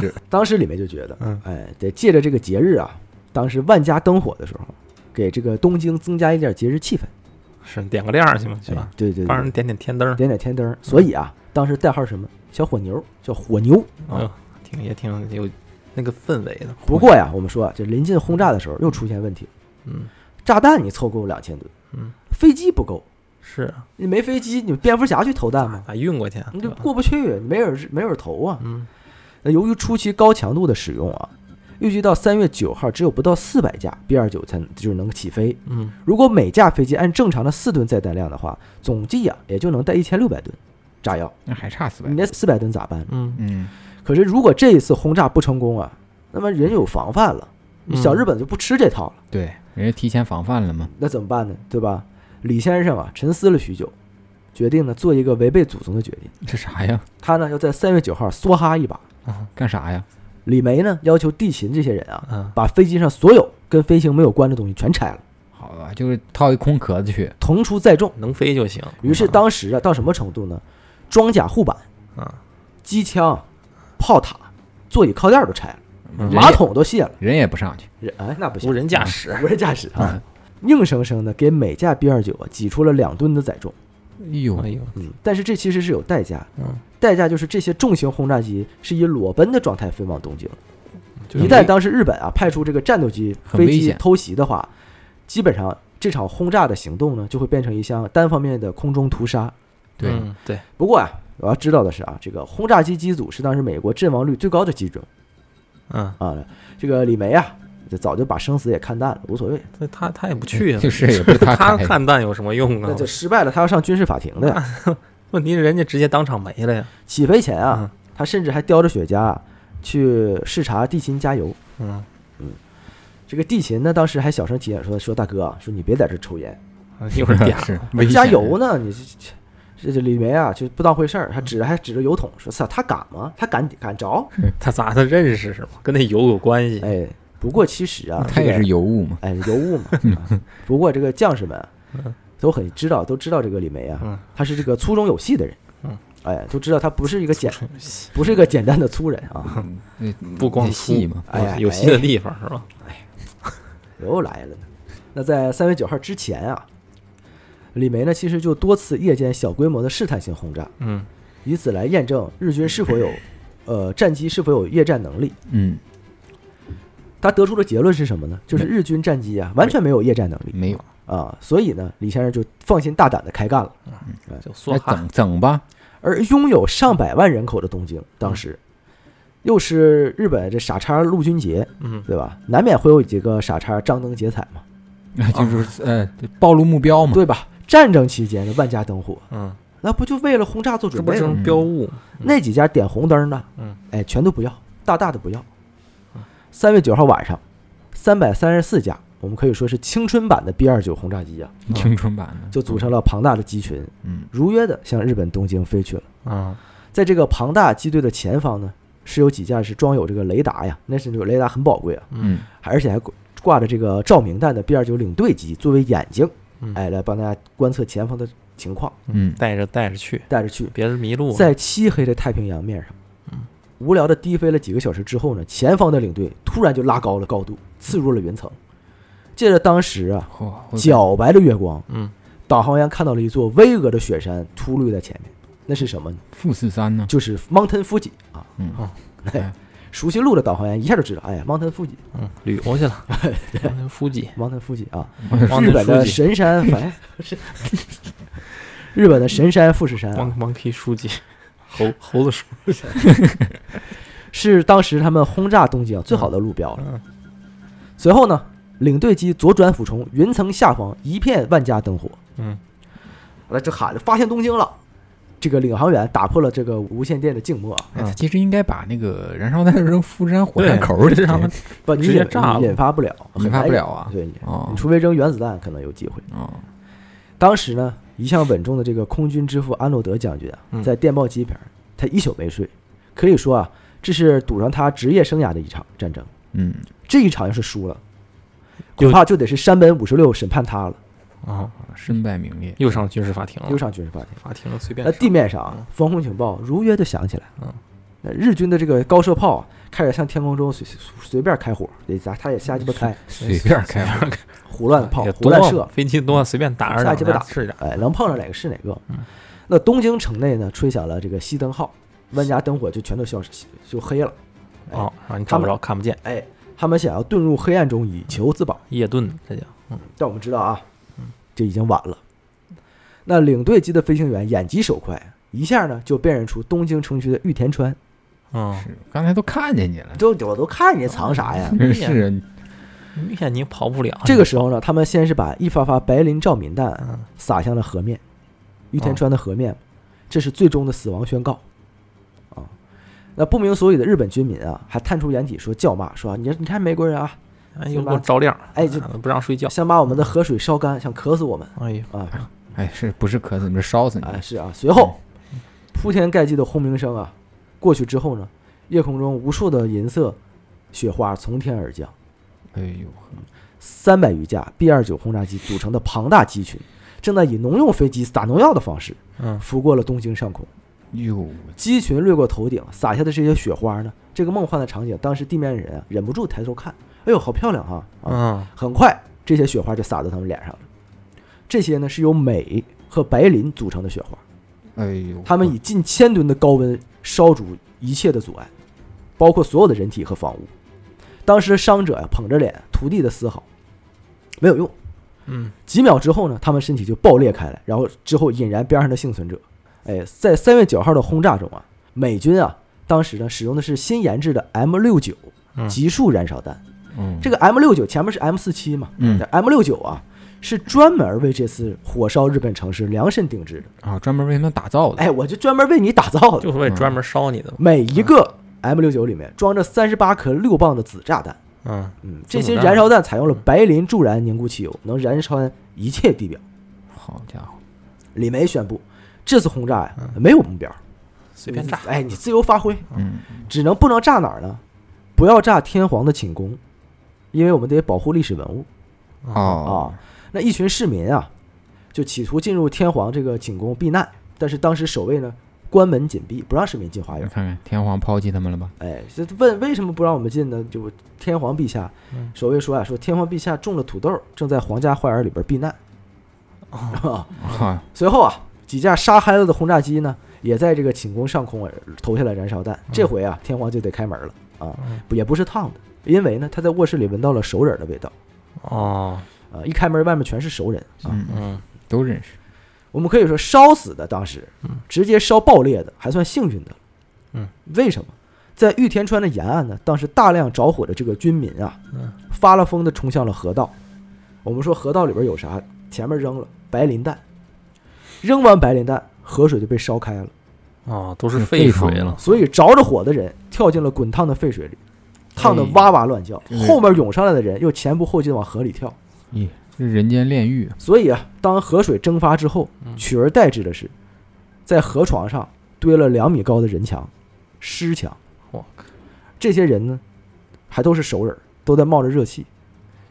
C: 是。
A: 当时李梅就觉得，
D: 嗯
A: 哎，得借着这个节日啊，当时万家灯火的时候，给这个东京增加一点节日气氛，
D: 是点个亮儿行吗？是
A: 哎
D: 吧？
A: 对对
D: 帮人
A: 对，
D: 点点天灯儿，
A: 点点天灯儿。所以啊，当时代号是什么？小火牛，叫火牛。
D: 哎呦，挺也挺有那个氛围的，
A: 不过呀，我们说啊，这临近轰炸的时候又出现问题，
D: 嗯，
A: 炸弹你凑够两千吨，
D: 嗯，
A: 飞机不够，
D: 是啊，
A: 你没飞机，你蝙蝠侠去投弹吗？
D: 咋运过去啊？
A: 你
D: 对
A: 就
D: 吧
A: 过不去，没人没人投啊。
D: 嗯
A: 那由于初期高强度的使用啊，预计到三月九号只有不到四百架 B 二九才就是能起飞。
D: 嗯，
A: 如果每架飞机按正常的四吨载弹量的话，总计啊也就能带一千六百吨炸药。
C: 那还差四百
A: 你，那四百吨咋办？
D: 嗯，
C: 嗯，
A: 可是如果这一次轰炸不成功啊，那么人有防范了，
D: 嗯
A: 小日本就不吃这套了，
C: 对，人家提前防范了嘛，
A: 那怎么办呢？对吧？李先生啊沉思了许久，决定呢做一个违背祖宗的决定。
C: 这啥呀？
A: 他呢要在三月九号梭哈一把。
C: 干啥呀？
A: 李梅呢要求地勤这些人啊，
D: 啊，
A: 把飞机上所有跟飞行没有关的东西全拆了，
C: 好吧，就是套一空壳子去，
A: 同出载重。
D: 能飞就行。嗯
A: 于是当时啊，到什么程度呢？装甲护板、
D: 啊，
A: 机枪、炮塔、座椅靠垫儿都拆了，
C: 人
A: 马
C: 也
A: 桶都卸了，
C: 人也不上去，
A: 人哎那不行，
D: 嗯无人驾驶，
A: 无人驾驶啊
C: 嗯，
A: 硬生生的给每架 B 二九啊挤出了两吨的载重。
C: 哎呦
D: 哎，呦，
A: 嗯，但是这其实是有代价的，
D: 嗯，
A: 代价就是这些重型轰炸机是以裸奔的状态飞往东京。
D: 就是
A: 嗯一旦当时日本啊派出这个战斗机
C: 很
A: 飞
C: 危
A: 机
C: 险
A: 偷袭的话，基本上这场轰炸的行动呢就会变成一项单方面的空中屠杀。
C: 对，
D: 嗯对，
A: 不过啊，我要知道的是啊，这个轰炸机机组是当时美国阵亡率最高的机种
D: 嗯，
A: 啊。这个李梅啊，就早就把生死也看淡了，无所谓。
D: 这他他也不去 啊，
C: 就是也不是 他
D: 他
C: 开的
D: 看淡有什么用啊
A: 那？这失败了，他要上军事法庭的
C: 啊
A: 呀。
D: 问题是人家直接当场没了呀，
A: 起飞前啊
D: 嗯，
A: 他甚至还叼着雪茄啊去视察地勤加油。
D: 嗯，
A: 这个地勤呢，当时还小声提醒说：“说大哥啊，说你别在这抽烟，
D: 一会儿点
C: 是
A: 我加油呢。
C: 呢，
A: 你这这这这李梅啊，就不当回事儿，还指着还指着油桶说：‘操，他敢吗？他敢敢着
D: 他咋他认识是吗？跟那油有关？’系？
A: 哎，不过其实啊，
C: 他也
A: 这个
C: 是尤物嘛，
A: 哎油雾嘛。啊不过这个将士们啊
D: 嗯
A: 都很知道，都知道这个李梅啊，
D: 嗯
A: 他是这个粗中有细的人
D: 嗯。
A: 哎，都知道他不是一个简，不是一个简单的粗人啊！
C: 那
D: 不光
C: 那细
D: 粗
C: 嘛，
A: 哎呀，
D: 有
A: 哎
D: 戏的地方是吧？
A: 又来了呢。那在三月九号之前啊，李梅呢其实就多次夜间小规模的试探性轰炸，
D: 嗯，
A: 以此来验证日军是否有，呃，战机是否有夜战能力。
C: 嗯，
A: 他得出的结论是什么
D: 嗯
A: 呢？就是日军战机啊完全没有夜战能力
C: 没有，
A: 啊，所以呢，李先生就放心大胆的开干了。
D: 就说
A: 哎
D: 哈
C: 那哎整整吧，
A: 而拥有上百万人口的东京，当
D: 嗯
A: 时又是日本这傻叉陆军节，
D: 嗯，
A: 对吧？难免会有几个傻叉张灯结彩嘛，
D: 啊
C: 那 就是呃暴露目标嘛，
A: 对吧？战争期间的万家灯火，
D: 嗯，
A: 那不就为了轰炸做
D: 这
A: 准
D: 不
A: 备
D: 是
A: 吗？
D: 标物吗？
A: 那几家点红灯的，
D: 嗯，
A: 哎，全都不要，大大的不要。三月九号晚上，三百三十四架，我们可以说是青春版的 B 二九轰炸机啊，
C: 青春版的
A: 就组成了庞大的机群，
C: 嗯，
A: 如约的向日本东京飞去了。
D: 嗯，
A: 在这个庞大机队的前方呢，是有几架是装有这个雷达呀，那是这个雷达很宝贵啊，
C: 嗯
A: 而且还挂挂着这个照明弹的 B 二九领队机作为眼睛
D: 嗯，
A: 哎，来帮大家观测前方的情况，
C: 嗯
D: 带着带着去，
A: 带着去。
D: 别迷路。
A: 在漆黑的太平洋面上，无聊的低飞了几个小时之后呢，前方的领队突然就拉高了高度，刺入了云层。借着当时啊
C: 嚯，我
A: 皎白的月光，
D: 嗯，
A: 导航员看到了一座巍峨的雪山突立在前面，那是什么呢？
C: 富士山呢，
A: 就是 Mountain Fuji 啊！
C: 嗯
D: 哦
A: 哎，熟悉路的导航员一下就知道，哎呀，Mountain Fuji。
D: 嗯，旅游去了，夫妻
A: Mountain Fuji 啊，
D: Mountain
A: 日本的
D: Fuji
A: 神山，反正 日本的神山富士山啊、
D: 蒙蒙皮书 记，猴猴子书记，
A: 是当时他们轰炸东京最好的路标了。
D: 嗯
A: 随后呢，领队机左转俯冲，云层下方一片万家灯火，
D: 嗯，
A: 那这喊着发现东京了。这个领航员打破了这个无线电的静默啊，
C: 哎他其实应该把那个燃烧弹扔富士山火山口里，
D: 对让他
A: 不，你
D: 直接
A: 引
D: 炸了
A: 你引发不了，
C: 引发不了啊
A: 很难对，你
C: 哦
A: 你除非扔原子弹，可能有机会。
C: 哦，
A: 当时呢，一向稳重的这个空军之父安诺德将军啊，
D: 嗯
A: 在电报机旁，他一宿没睡，可以说啊，这是赌上他职业生涯的一场战争。
C: 嗯，
A: 这一场要是输了，
D: 就
A: 恐怕就得是山本五十六审判他了，
D: 啊，
C: 身败名裂，
D: 又上军事法庭了，
A: 又上军事法庭。
D: 法庭了，随便
A: 那
D: 上
A: 地面上啊
D: 嗯
A: 防空警报如约的响起来
D: 嗯，
A: 那日军的这个高射炮啊开始向天空中随随随便开火，也咱他也瞎鸡巴 开，
C: 随便开火，
A: 胡乱炮
D: 也，
A: 胡
D: 多
A: 乱射，
D: 飞机多，随便打着
A: 瞎鸡巴打
D: 是点儿，
A: 哎，能碰上哪个是哪个
D: 嗯。
A: 那东京城内呢，吹响了这个熄灯号，万家灯火就全都消失，就黑了。哎
D: 哦，让你找不着，看不见，
A: 哎，他们想要遁入黑暗中以求自保，
D: 夜遁这叫，
A: 但我们知道啊，这已经晚了。那领队机的飞行员眼疾手快，一下呢就辨认出东京城区的玉田川，
D: 嗯，
C: 是刚才都看见你了，
A: 就我都看见藏啥呀？
D: 对呀
C: 是啊，
D: 明显你跑不了。
A: 这个时候呢，他们先是把一发发白磷照明弹
D: 啊嗯，
A: 撒向了河面，玉田川的河面，这是最终的死亡宣告。啊，那不明所以的日本军民啊，还探出掩体说叫骂说：“你你看美国人啊，
D: 哎呦，给我着亮，
A: 哎这
D: 啊不让睡觉，
A: 想把我们的河水烧干，想渴死我们
D: 哎呦，
A: 啊！”
C: 哎，是不是渴死你，是烧死你？
A: 啊，是啊。随
C: 嗯
A: 后，铺天盖地的轰鸣声啊，过去之后呢，夜空中无数的银色雪花从天而降，
C: 哎呦，
A: 三百余架 B 二九轰炸机组成的庞大机群，正在以农用飞机撒农药的方式
D: 嗯
A: 拂过了东京上空。
C: 哟，
A: 鸡群掠过头顶，洒下的这些雪花呢，这个梦幻的场景，当时地面人啊忍不住抬头看，哎呦，好漂亮哈、啊！
D: 嗯，
A: 很快，这些雪花就洒到他们脸上了。这些呢是由镁和白磷组成的雪花，
C: 哎呦，
A: 它们以近千吨的高温烧煮一切的阻碍，包括所有的人体和房屋。当时的伤者呀、捧着脸徒地的嘶嚎，没有用。
D: 嗯，
A: 几秒之后呢，他们身体就爆裂开来，然后之后引燃边上的幸存者。哎，在三月九号的轰炸中啊，美军啊当时呢使用的是新研制的 M 六九
D: 嗯
A: 极速燃烧弹。
C: 嗯
A: 这个 M 六九前面是 M 四七嘛，
C: 嗯
A: m 六九啊是专门为这次火烧日本城市量身定制的。
C: 啊，专门为他们打造的，
A: 哎，我就专门为你打造的，
D: 就是为专门烧你的嘛。
A: 每一个 M 六九里面装着三十八颗六磅的子炸弹。
D: 嗯，
A: 嗯，这些燃烧弹采用了白磷助燃凝固汽油，能燃烧一切地表。
C: 好家伙，
A: 李梅宣布，这次轰炸呀、没有目标，
D: 随便炸。
A: 哎，你自由发挥，
C: 嗯，
A: 只能不能炸哪儿呢？不要炸天皇的寝宫，因为我们得保护历史文物啊、
C: 哦，
A: 那一群市民啊，就企图进入天皇这个寝宫避难，但是当时守卫呢关门紧闭，不让市民进花
C: 你
A: 园。
C: 看看天皇抛弃他们了吧？
A: 哎，这问为什么不让我们进呢？就天皇陛下
D: 嗯，
A: 守卫说啊，说天皇陛下种了土豆，正在皇家花园里边避难。 嗯
C: 啊，
A: 随后啊，几架杀嗨了的轰炸机呢，也在这个寝宫上空啊投下了燃烧弹。这回啊，天皇就得开门了啊
D: 嗯，
A: 不也不是烫的，因为呢，他在卧室里闻到了熟人的味道
D: 哦，
A: 啊，一开门外面全是熟人啊。
C: 嗯，
D: 嗯，
C: 都认识，
A: 我们可以说烧死的当时
D: 嗯，
A: 直接烧爆裂的还算幸运的。
D: 嗯，
A: 为什么？在玉田川的沿岸呢，当时大量着火的这个军民啊
D: 嗯，
A: 发了疯的冲向了河道。我们说河道里边有啥？前面扔了白磷弹，扔完白磷弹，河水就被烧开了。
D: 哦，都是
C: 这
D: 废
C: 沸
D: 水
C: 腾
D: 了
C: 了。
A: 所以着着火的人跳进了滚烫的沸水里，烫得哇哇乱叫。
C: 哎
A: 后面涌上来的人又前仆后继地往河里跳。
C: 咦，这人间炼狱，
A: 所以啊，当河水蒸发之后，取而代之的是，在河床上堆了两米高的人墙、尸墙。
D: 我
A: 这些人呢，还都是熟人，都在冒着热气。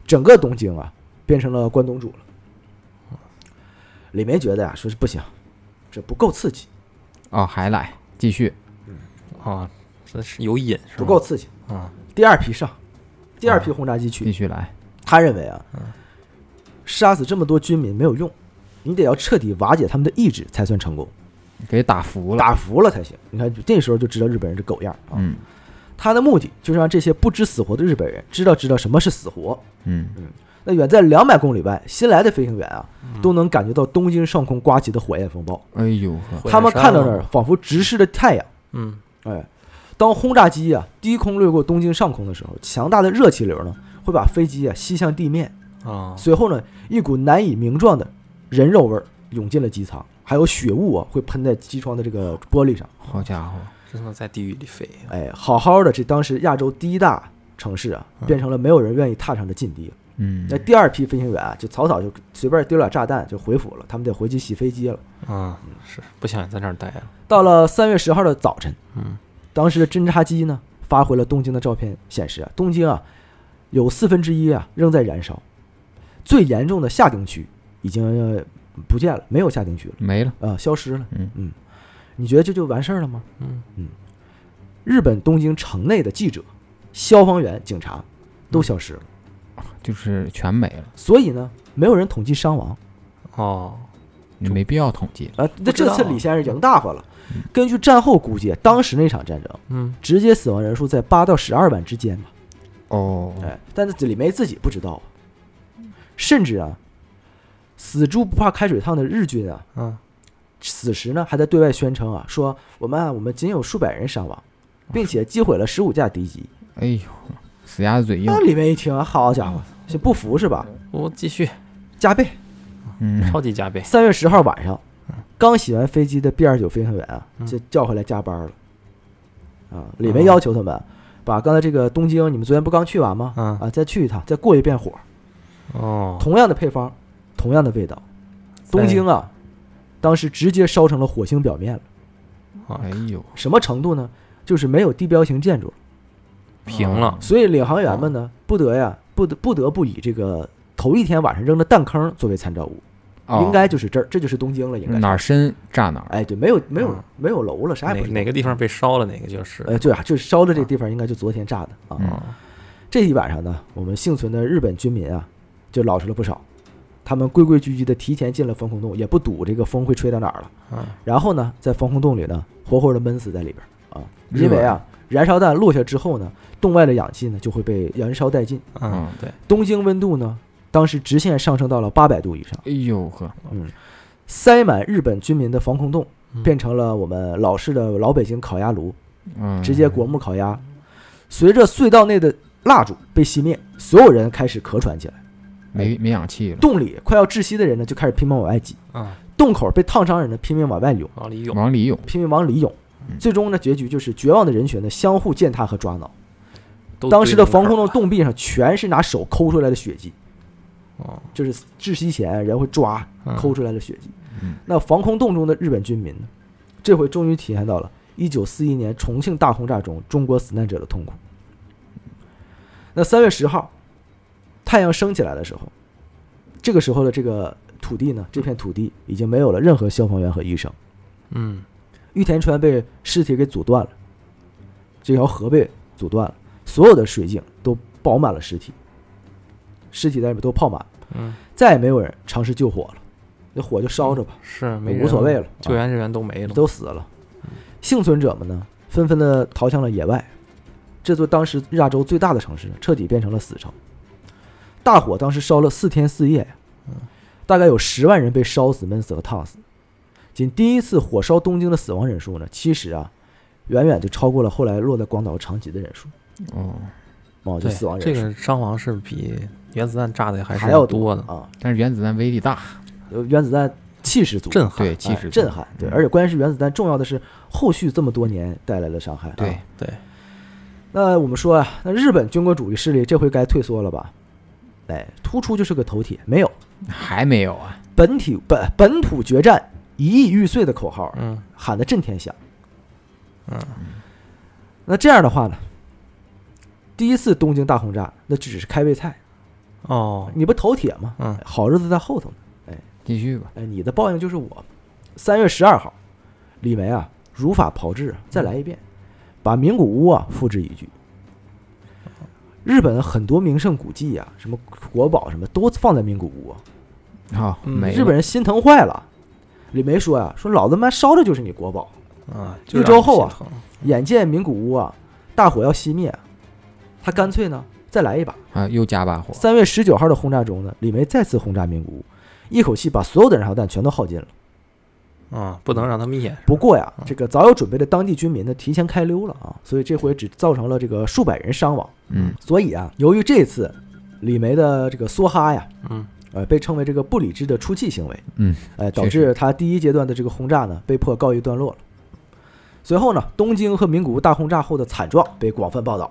A: 整个东京啊，变成了关东煮了。李梅觉得呀、说是不行，这不够刺激，
C: 哦，还来继续，
D: 啊，这是有瘾是吧
A: 不够刺激。
D: 啊，
A: 第二批上，第二批轰炸机去
C: 继续来，
A: 他认为啊，
D: 嗯
A: 杀死这么多军民没有用，你得要彻底瓦解他们的意志才算成功，
C: 给打服了，
A: 打服了才行。你看这时候就知道日本人这狗样啊。
C: 嗯
A: 他的目的就是让这些不知死活的日本人知道知道什么是死活。
C: 嗯，
A: 那远在两百公里外，新来的飞行员啊，
D: 嗯
A: 都能感觉到东京上空刮起的火焰风暴。
C: 哎呦呵，
D: 火焰
A: 他们
D: 山
A: 看到
D: 了
A: 那儿，仿佛直视着太阳。
D: 嗯，
A: 哎，当轰炸机啊低空掠过东京上空的时候，强大的热气流呢，会把飞机啊吸向地面，
D: 啊，
A: 随后呢，一股难以名状的人肉味儿涌进了机舱，还有血雾啊会喷在机窗的这个玻璃上。
C: 好家伙，
D: 真的在地狱里飞。
A: 哎，好好的，这当时亚洲第一大城市啊，变成了没有人愿意踏上的禁地。
C: 嗯
A: 那，第二批飞行员啊，就草草就随便丢俩炸弹就回府了，他们得回去洗飞机了。
D: 啊，是不想在那儿待了。
A: 到了三月十号的早晨，
D: 嗯，
A: 当时的侦察机呢发回了东京的照片，显示啊，东京啊有四分之一啊仍在燃烧，最严重的下町区已经呃不见了，没有下町区了。
C: 没了，
A: 啊、消失了。
C: 嗯
A: 你觉得这就完事儿了吗？
D: 嗯
A: 日本东京城内的记者、消防员、警察都消失了，
C: 就是全没了，
A: 所以呢，没有人统计伤亡。
D: 哦，
C: 你没必要统计了，
A: 啊、那
D: 知
A: 这
D: 道
A: 次李先生赢大发了。根据战后估计，当时那场战争
D: 嗯
A: 直接死亡人数在八到十二万之间吧。
C: 哦，
A: 哎，但是李梅自己不知道啊，甚至啊，死猪不怕开水烫的日军啊，
D: 啊，
A: 此时呢还在对外宣称啊，说我们啊我们仅有数百人伤亡，并且击毁了十五架敌机。
C: 哎呦，死鸭子嘴硬
A: 那，里面一听，好家伙，这不服是吧？
D: 我继续
A: 加倍。
C: 嗯，
D: 超级加倍。
A: 三月十号晚上，刚洗完飞机的 B 二九飞行员啊，
D: 嗯哦
A: 就叫回来加班了。啊，里面要求他们把刚才这个东京，你们昨天不刚去完吗？
D: 嗯
A: 啊，再去一趟，再过一遍火，
D: 哦，
A: 同样的配方，同样的味道。东京啊，当时直接烧成了火星表面了，
C: 哎呦，
D: 啊
A: 什么程度呢？就是没有地标型建筑了，
D: 平了。
A: 所以领航员们呢，不得呀，不得不得不以这个头一天晚上扔的弹坑作为参照物。
C: 哦嗯
A: 应该就是这儿，这就是东京了，应该是
C: 哪儿深炸哪儿。
A: 哎，对，没有没有、
D: 嗯
A: 没有楼了，啥也
D: 哪
A: 不知道
D: 哪个地方被烧了，哪个就是
A: 呃，对啊，就是烧的这地方应该就昨天炸的啊。
C: 嗯
D: 哦
A: 这一晚上呢，我们幸存的日本军民啊，就老实了不少。他们规规矩矩的提前进了防空洞，也不赌这个风会吹到哪儿了。
D: 啊，
A: 然后呢，在防空洞里呢，活活的闷死在里边儿啊，
C: 日
A: 因为啊，燃烧弹落下之后呢，洞外的氧气呢就会被燃烧殆尽。
D: 嗯，对，
A: 东京温度呢，当时直线上升到了八百度以上，
C: 哎呦呵，
A: 塞满日本军民的防空洞
D: 嗯
A: 变成了我们老式的老北京烤鸭炉，
C: 嗯，
A: 直接国木烤鸭。随着隧道内的蜡烛被熄灭，所有人开始咳喘
D: 嗯
A: 起来。
C: 没没氧气了，
A: 洞里快要窒息的人呢，就开始拼命往外挤；
D: 啊，
A: 洞口被烫伤人呢，拼命往外涌，
D: 往里涌，
C: 往里涌，
A: 拼命往里涌。
D: 嗯
A: 最终呢，结局就是绝望的人群呢相互践踏和抓挠。
D: 都
A: 当时的
D: 堆到
A: 防
D: 那
A: 空
D: 儿
A: 洞洞壁上全是拿手抠出来的血迹，
D: 哦，
A: 就是窒息前人会抓
D: 嗯
A: 抠出来的血迹。
C: 嗯
A: 那防空洞中的日本军民呢，这回终于体验到了1941年重庆大轰炸中中国死难者的痛苦。那三月十号，太阳升起来的时候，这个时候的这个土地呢，这片土地已经没有了任何消防员和医生，
D: 嗯，
A: 玉田川被尸体给阻断了，这条河被阻断了，所有的水井都饱满了尸体，尸体在里面都泡满，
D: 嗯，
A: 再也没有人尝试救火了，那火就烧着吧，
D: 是没
A: 无所谓
D: 人
A: 了啊
D: 救援人员都没了，
A: 都死了。幸存者们呢，纷纷的逃向了野外，这座当时亚洲最大的城市呢彻底变成了死城。大火当时烧了四天四夜呀，
D: 嗯
A: 大概有十万人被烧死、闷死和烫死。仅第一次火烧东京的死亡人数呢，其实啊，远远就超过了后来落在广岛、长崎的人数。
C: 哦，
A: 哦，就
D: 对
A: 死亡人
D: 这
A: 数、
D: 个伤亡是比原子弹炸的还是
A: 还要
D: 多的，
A: 啊，
C: 但是原子弹威力大，
A: 有原子弹气势足，
D: 震撼，
C: 对，气
A: 哎
C: 势
A: 震撼，对，
C: 嗯
A: 而且关键是原子弹重要的是后续这么多年带来的伤害、啊。
C: 对，
D: 对，
A: 那我们说啊，那日本军国主义势力这回该退缩了吧？哎，突出就是个头铁，没有
C: 还没有啊，
A: 本体本本土决战一亿玉碎的口号
D: 嗯
A: 喊得震天响。
D: 嗯，
A: 那这样的话呢，第一次东京大轰炸那只是开胃菜，
D: 哦，
A: 你不头铁吗？
D: 嗯
A: 好日子在后头呢。
C: 继续吧，
A: 哎，你的报应就是我。三月十二号，李梅啊如法炮制，再来一遍，把名古屋啊付之一炬。日本很多名胜古迹啊，什么国宝什么都放在名古屋啊、
C: 好，
D: 嗯
C: 没
A: 日本人心疼坏了。李梅说呀、啊说老子妈烧的就是你国宝。
D: 啊，
A: 一周后啊，眼见名古屋啊大火要熄灭，他干脆呢再来一把。
C: 了啊，又加把火，
A: 三月十九号的轰炸中呢，李梅再次轰炸名古屋，一口气把所有的燃烧弹全都耗尽了。
D: 啊，不能让他灭，
A: 不过呀，这个早有准备的当地军民呢，提前开溜了啊，所以这回只造成了这个数百人伤亡。
C: 嗯，
A: 所以啊，由于这次李梅的这个梭哈呀，
D: 嗯，
A: 呃，被称为这个不理智的出气行为，
C: 嗯，
A: 呃，导
C: 确
A: 致他第一阶段的这个轰炸呢，被迫告一段落了。随后呢，东京和名古屋大轰炸后的惨状被广泛报道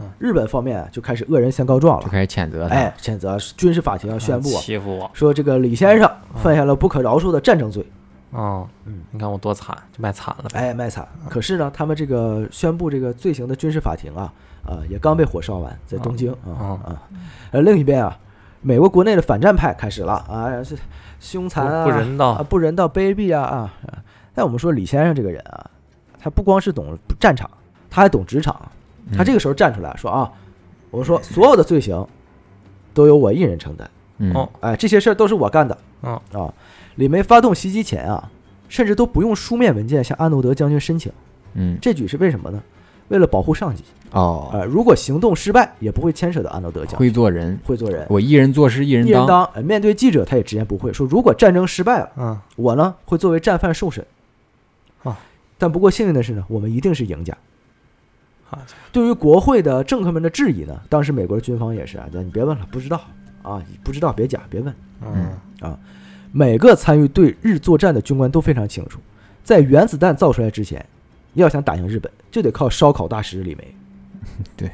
D: 嗯，
A: 日本方面就开始恶人先告状
C: 就
A: 了，
C: 开始谴责他，
A: 哎，谴责军事法庭
D: 嗯
A: 要宣布啊
D: 欺负我，
A: 说这个李先生犯下了不可饶恕的战争罪。
D: 哦，
A: 嗯
D: 你看我多惨，就卖惨了呗，
A: 哎，卖惨。可是呢，他们这个宣布这个罪行的军事法庭啊，啊、也刚被火烧完，在东京啊
D: 啊
A: 啊。而另一边啊，美国国内的反战派开始了啊，是凶残啊，
D: 不不人道
A: 啊，不人道、卑鄙啊啊。啊但我们说李先生这个人啊，他不光是懂战场，他还懂职场。
D: 嗯
A: 他这个时候站出来说啊，我说所有的罪行都由我一人承担。
C: 嗯，
D: 哦
A: 哎，这些事儿都是我干的。
D: 嗯
A: 啊，李梅发动袭击前啊，甚至都不用书面文件向阿诺德将军申请。
C: 嗯，
A: 这举是为什么呢？为了保护上级。
C: 哦，
A: 呃，如果行动失败，也不会牵扯到阿诺德将军。
C: 会做人，
A: 会做人，
C: 我一人做事一人
A: 一人
C: 当，
A: 当、呃面对记者，他也直言不讳，说如果战争失败了，
D: 嗯，
A: 我呢会作为战犯受审。
D: 啊，
A: 但不过幸运的是呢，我们一定是赢家。
D: 好家
A: 对于国会的政客们的质疑呢，当时美国军方也是啊，你别问了，不知道啊，你不知道别假，别问。
D: 伙，嗯
A: 每个参与对日作战的军官都非常清楚，在原子弹造出来之前，要想打赢日本，就得靠烧烤大师李梅，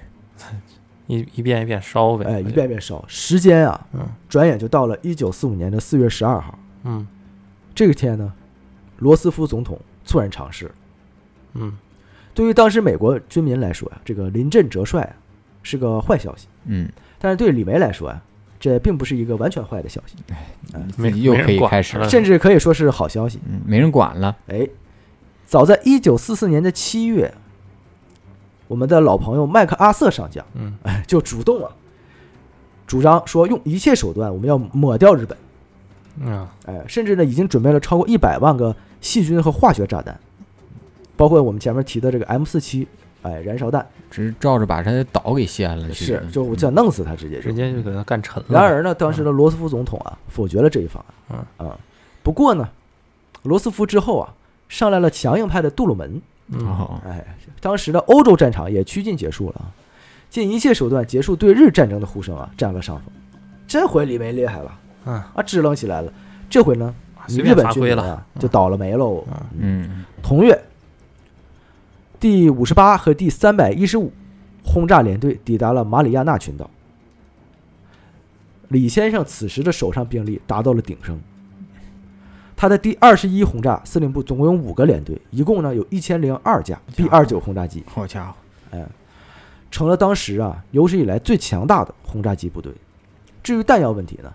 D: 一一遍一遍烧呗，
A: 哎，
D: 我
A: 一
D: 觉
A: 遍遍烧。时间啊，
D: 嗯
A: 转眼就到了一九四五年的四月十二号。
D: 得，嗯
A: 这个天呢，罗斯福总统猝然尝试。
D: 嗯，
A: 对于当时美国军啊民来说呀、这个临阵折帅啊，是个坏消息；
C: 嗯，
A: 但是对李梅来说呀、啊这并不是一个完全坏的消息，
C: 你
D: 没
C: 自己又
D: 没人
C: 可以
D: 管
C: 开始
D: 了嗯
A: 甚至可以说是好消息。
C: 嗯，没人管了，
A: 哎，早在一九四四年的七月，我们的老朋友麦克阿瑟上将
D: 嗯，
A: 就主动啊，主张说用一切手段我们要抹掉日本。
D: 啊，
A: 哎，甚至呢已经准备了超过一百万个细菌和化学炸弹，包括我们前面提的这个 M 四七，哎，燃烧弹
C: 只是照着把他的岛给掀了。其实嗯
A: 是，就我想弄死他，直接就
D: 直。接就给他干沉了。
A: 然而呢，当时的罗斯福总统啊否决了这一方案。啊，不过呢，罗斯福之后啊上来了强硬派的杜鲁门，
D: 嗯，
C: 哦，
A: 哎，当时的欧洲战场也趋近结束了，啊，尽一切手段结束对日战争的呼声啊占了上风。这回李梅厉害了
D: 啊
A: 啊，支棱起来了。这回呢，你
D: 随
A: 日
D: 便
A: 本
D: 发
A: 军
D: 挥
A: 人
D: 了，嗯
A: 啊就倒了霉喽。
D: 啊
C: 嗯，
A: 同月，第五十八和第三百一十五轰炸联队抵达了马里亚纳群岛。李先生此时的手上兵力达到了鼎盛，他的第二十一轰炸司令部总共有五个联队，一共呢有一千零二架 B 二九轰炸机，
C: 好家伙，
A: 成了当时啊有史以来最强大的轰炸机部队。至于弹药问题呢，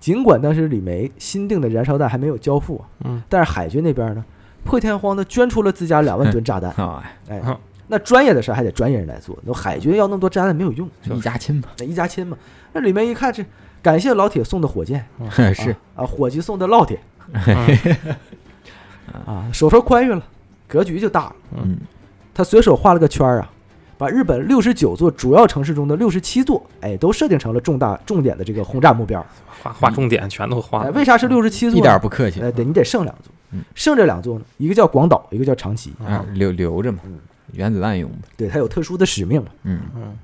A: 尽管当时李梅新定的燃烧弹还没有交付啊，
D: 嗯
A: 但是海军那边呢破天荒的捐出了自家两万吨炸弹。
C: 啊，
A: 哎
D: 啊，
A: 那专业的事儿还得专业人来做，那海军要那么多炸弹没有用，
D: 就是
C: 一家亲吧，
A: 那一家亲嘛。那里面一看，这感谢老铁送的火箭，
C: 是
A: 啊，伙计送的烙铁
D: 啊
A: 啊，手头宽裕了，格局就大了。
D: 嗯，
A: 他随手画了个圈儿啊，把日本六十九座主要城市中的六十七座，哎，都设定成了重大重点的这个轰炸目标。
D: 画画重点全都画
A: 哎，
D: 了。
A: 为啥是六十七座呢？
C: 嗯一点不客气
A: 哎，得你得剩两座
C: 嗯，
A: 剩这两座呢，一个叫广岛，一个叫长崎。
C: 啊，留留着嘛
A: 哎嗯，
C: 原子弹用吧，
A: 对，它有特殊的使命嘛。
C: 嗯，
D: 嗯，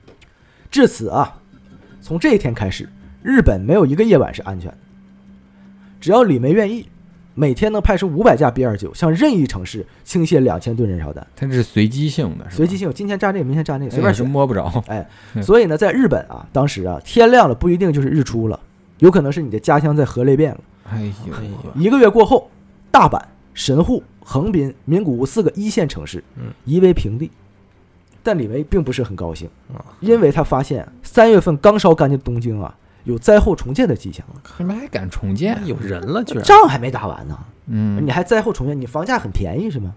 A: 至此啊，从这一天开始，日本没有一个夜晚是安全的。只要李梅愿意，每天能派出五百架 B 二九向任意城市倾泻两千吨燃烧弹，
C: 它是随机性的，是吧
A: 随机性有今天炸这个，明天炸那个，随
C: 哎
A: 便
C: 是
A: 选。
C: 摸 不着，嗯
A: 所以呢，在日本啊，当时啊，天亮了不一定就是日出了，有可能是你的家乡在核裂变了。
C: 哎呦
D: 哎呦
A: 一个月过后，大阪、神户、横滨、名古屋四个一线城市
D: 嗯
A: 夷为平地。但李维并不是很高兴
D: 啊，
A: 因为他发现三月份刚烧干净的东京啊，有灾后重建的迹象，
C: 你们还敢重建？啊
D: 有人了，居然
A: 仗还没打完呢，
C: 嗯
A: 你，还灾后重建，你房价很便宜是吗？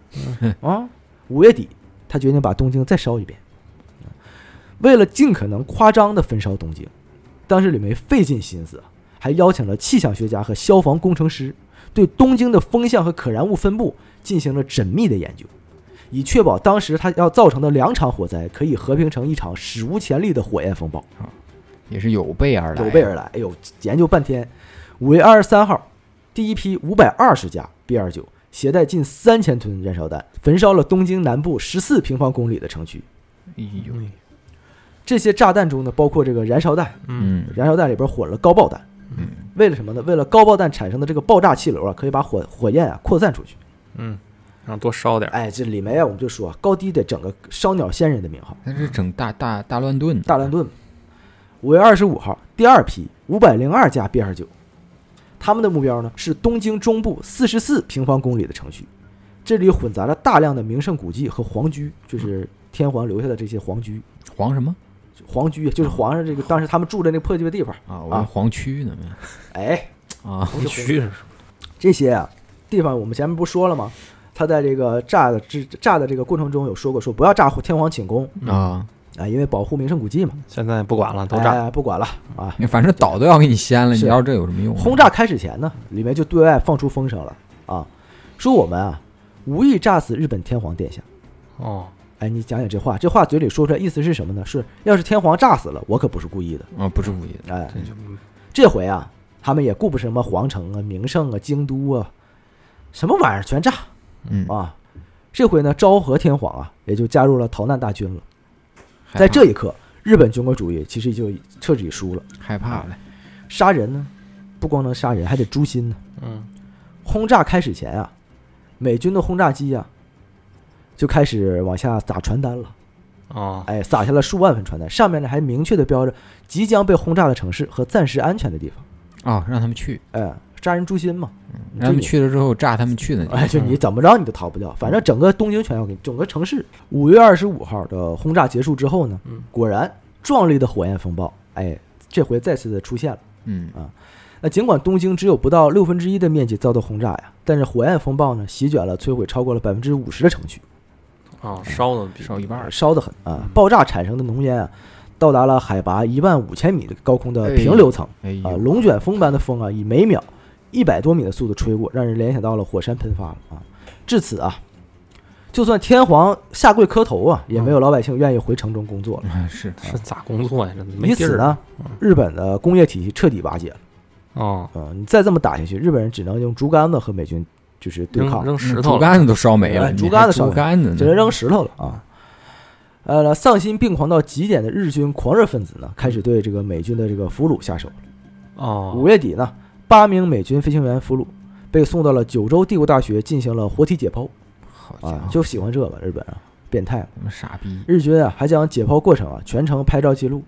A: 啊，五月底，他决定把东京再烧一遍。为了尽可能夸张的焚烧东京，当时李梅费尽心思，还邀请了气象学家和消防工程师，对东京的风向和可燃物分布进行了缜密的研究，以确保当时它要造成的两场火灾可以合并成一场史无前例的火焰风暴。
C: 也是有备而来，
A: 有备而来。哎呦，研究半天，五月二十三号，第一批五百二十架 B 二九携带近三千吨燃烧弹，焚烧了东京南部十四平方公里的城区。
C: 哎呦，
A: 这些炸弹中呢，包括这个燃烧弹，
D: 嗯
C: 嗯
A: 燃烧弹里边混了高爆弹。
C: 嗯，
A: 为了什么呢？为了高爆弹产生的这个爆炸气流啊，可以把火火焰啊扩散出去。
D: 嗯，然后多烧点儿，
A: 哎，这李梅啊，我们就说高低得整个烧鸟仙人的名号。
C: 它是整大大大乱炖，
A: 大乱炖。五月二十五号，第二批五百零二架 B 二九，他们的目标呢是东京中部四十四平方公里的城区，这里混杂着大量的名胜古迹和皇居，就是天皇留下的这些皇居。
C: 黄什么
A: 皇居就是皇上这个当时他们住的那个破旧的地方。
C: 啊？我是黄区呢没
A: 哎，
C: 啊，
D: 红区是
A: 这些啊地方我们前面不说了吗？他在这个炸的之炸的这个过程中有说过，说不要炸天皇寝宫
C: 啊，
A: 啊，因为保护名胜古迹嘛。
D: 现在不管了，都炸。
A: 哎，不管了啊，
C: 嗯反正岛都要给你掀了，你
A: 是
C: 要这有什么用啊？
A: 轰炸开始前呢，里面就对外放出风声了啊，说我们啊无意炸死日本天皇殿下。
D: 哦，
A: 哎，你讲讲这话，这话嘴里说出来意思是什么呢？是要是天皇炸死了，我可不是故意的。
C: 啊，不是故意的，
A: 哎，
D: 这就
A: 这回啊，他们也顾不什么皇城啊、名胜啊、京都啊，什么玩意儿全炸
C: 嗯，
A: 啊！这回呢，昭和天皇啊也就加入了逃难大军了。
C: 害怕
A: 在这一刻，日本军国主义其实就彻底输了。
C: 害怕了，
A: 杀人呢，不光能杀人，还得诛心呢。
D: 嗯
A: 轰炸开始前啊，美军的轰炸机啊就开始往下撒传单了，
D: 哦，
A: 哎，撒下了数万份传单，上面呢还明确的标着即将被轰炸的城市和暂时安全的地方，
C: 啊，让他们去，
A: 哎，杀人诛心嘛，
C: 嗯让他们去了嗯之后炸他们去的地方，
A: 哎，就你怎么着你都逃不掉，反正整个东京全要给你，整个城市。五月二十五号的轰炸结束之后呢
D: 嗯，
A: 果然壮丽的火焰风暴，哎，这回再次的出现了，
C: 嗯
A: 那尽管东京只有不到六分之一的面积遭到轰炸呀，但是火焰风暴呢席卷了摧毁超过了百分之五十的城区，
D: 哦，烧的比
C: 少一半儿，
A: 烧得很啊
D: 嗯！
A: 爆炸产生的浓烟啊，到达了海拔一万五千米的高空的
C: 哎
A: 平流层
C: 哎
A: 啊，
C: 呦，
A: 龙卷风般的风啊，以每秒一百多米的速度吹过，让人联想到了火山喷发了啊！至此啊，就算天皇下跪磕头啊，也没有老百姓愿意回城中工作了。
C: 嗯 是
D: 是咋工作呀？这没
A: 以
D: 地
A: 此
D: 儿
A: 呢，日本的工业体系彻底瓦解了。
D: 哦，
A: 啊、你再这么打下去，日本人只能用竹竿子和美军就是对抗
D: 扔，扔石头
C: 嗯竹
D: 了，
C: 竿子都烧没
A: 哎
C: 了，你
A: 竹
C: 还
A: 竿子烧
C: 竹
A: 没
C: 竿子呢，
A: 只能扔石头了啊。呃，丧心病狂到极点的日军狂热分子呢，开始对这个美军的这个俘虏下手。
D: 哦，
A: 五月底呢，八名美军飞行员俘虏被送到了九州帝国大学进行了活体解剖
C: 好家
A: 啊
C: 伙，，
A: 就喜欢这个日本啊，变态啊！
C: 他妈哎傻逼，
A: 日军啊还将解剖过程啊全程拍照记录，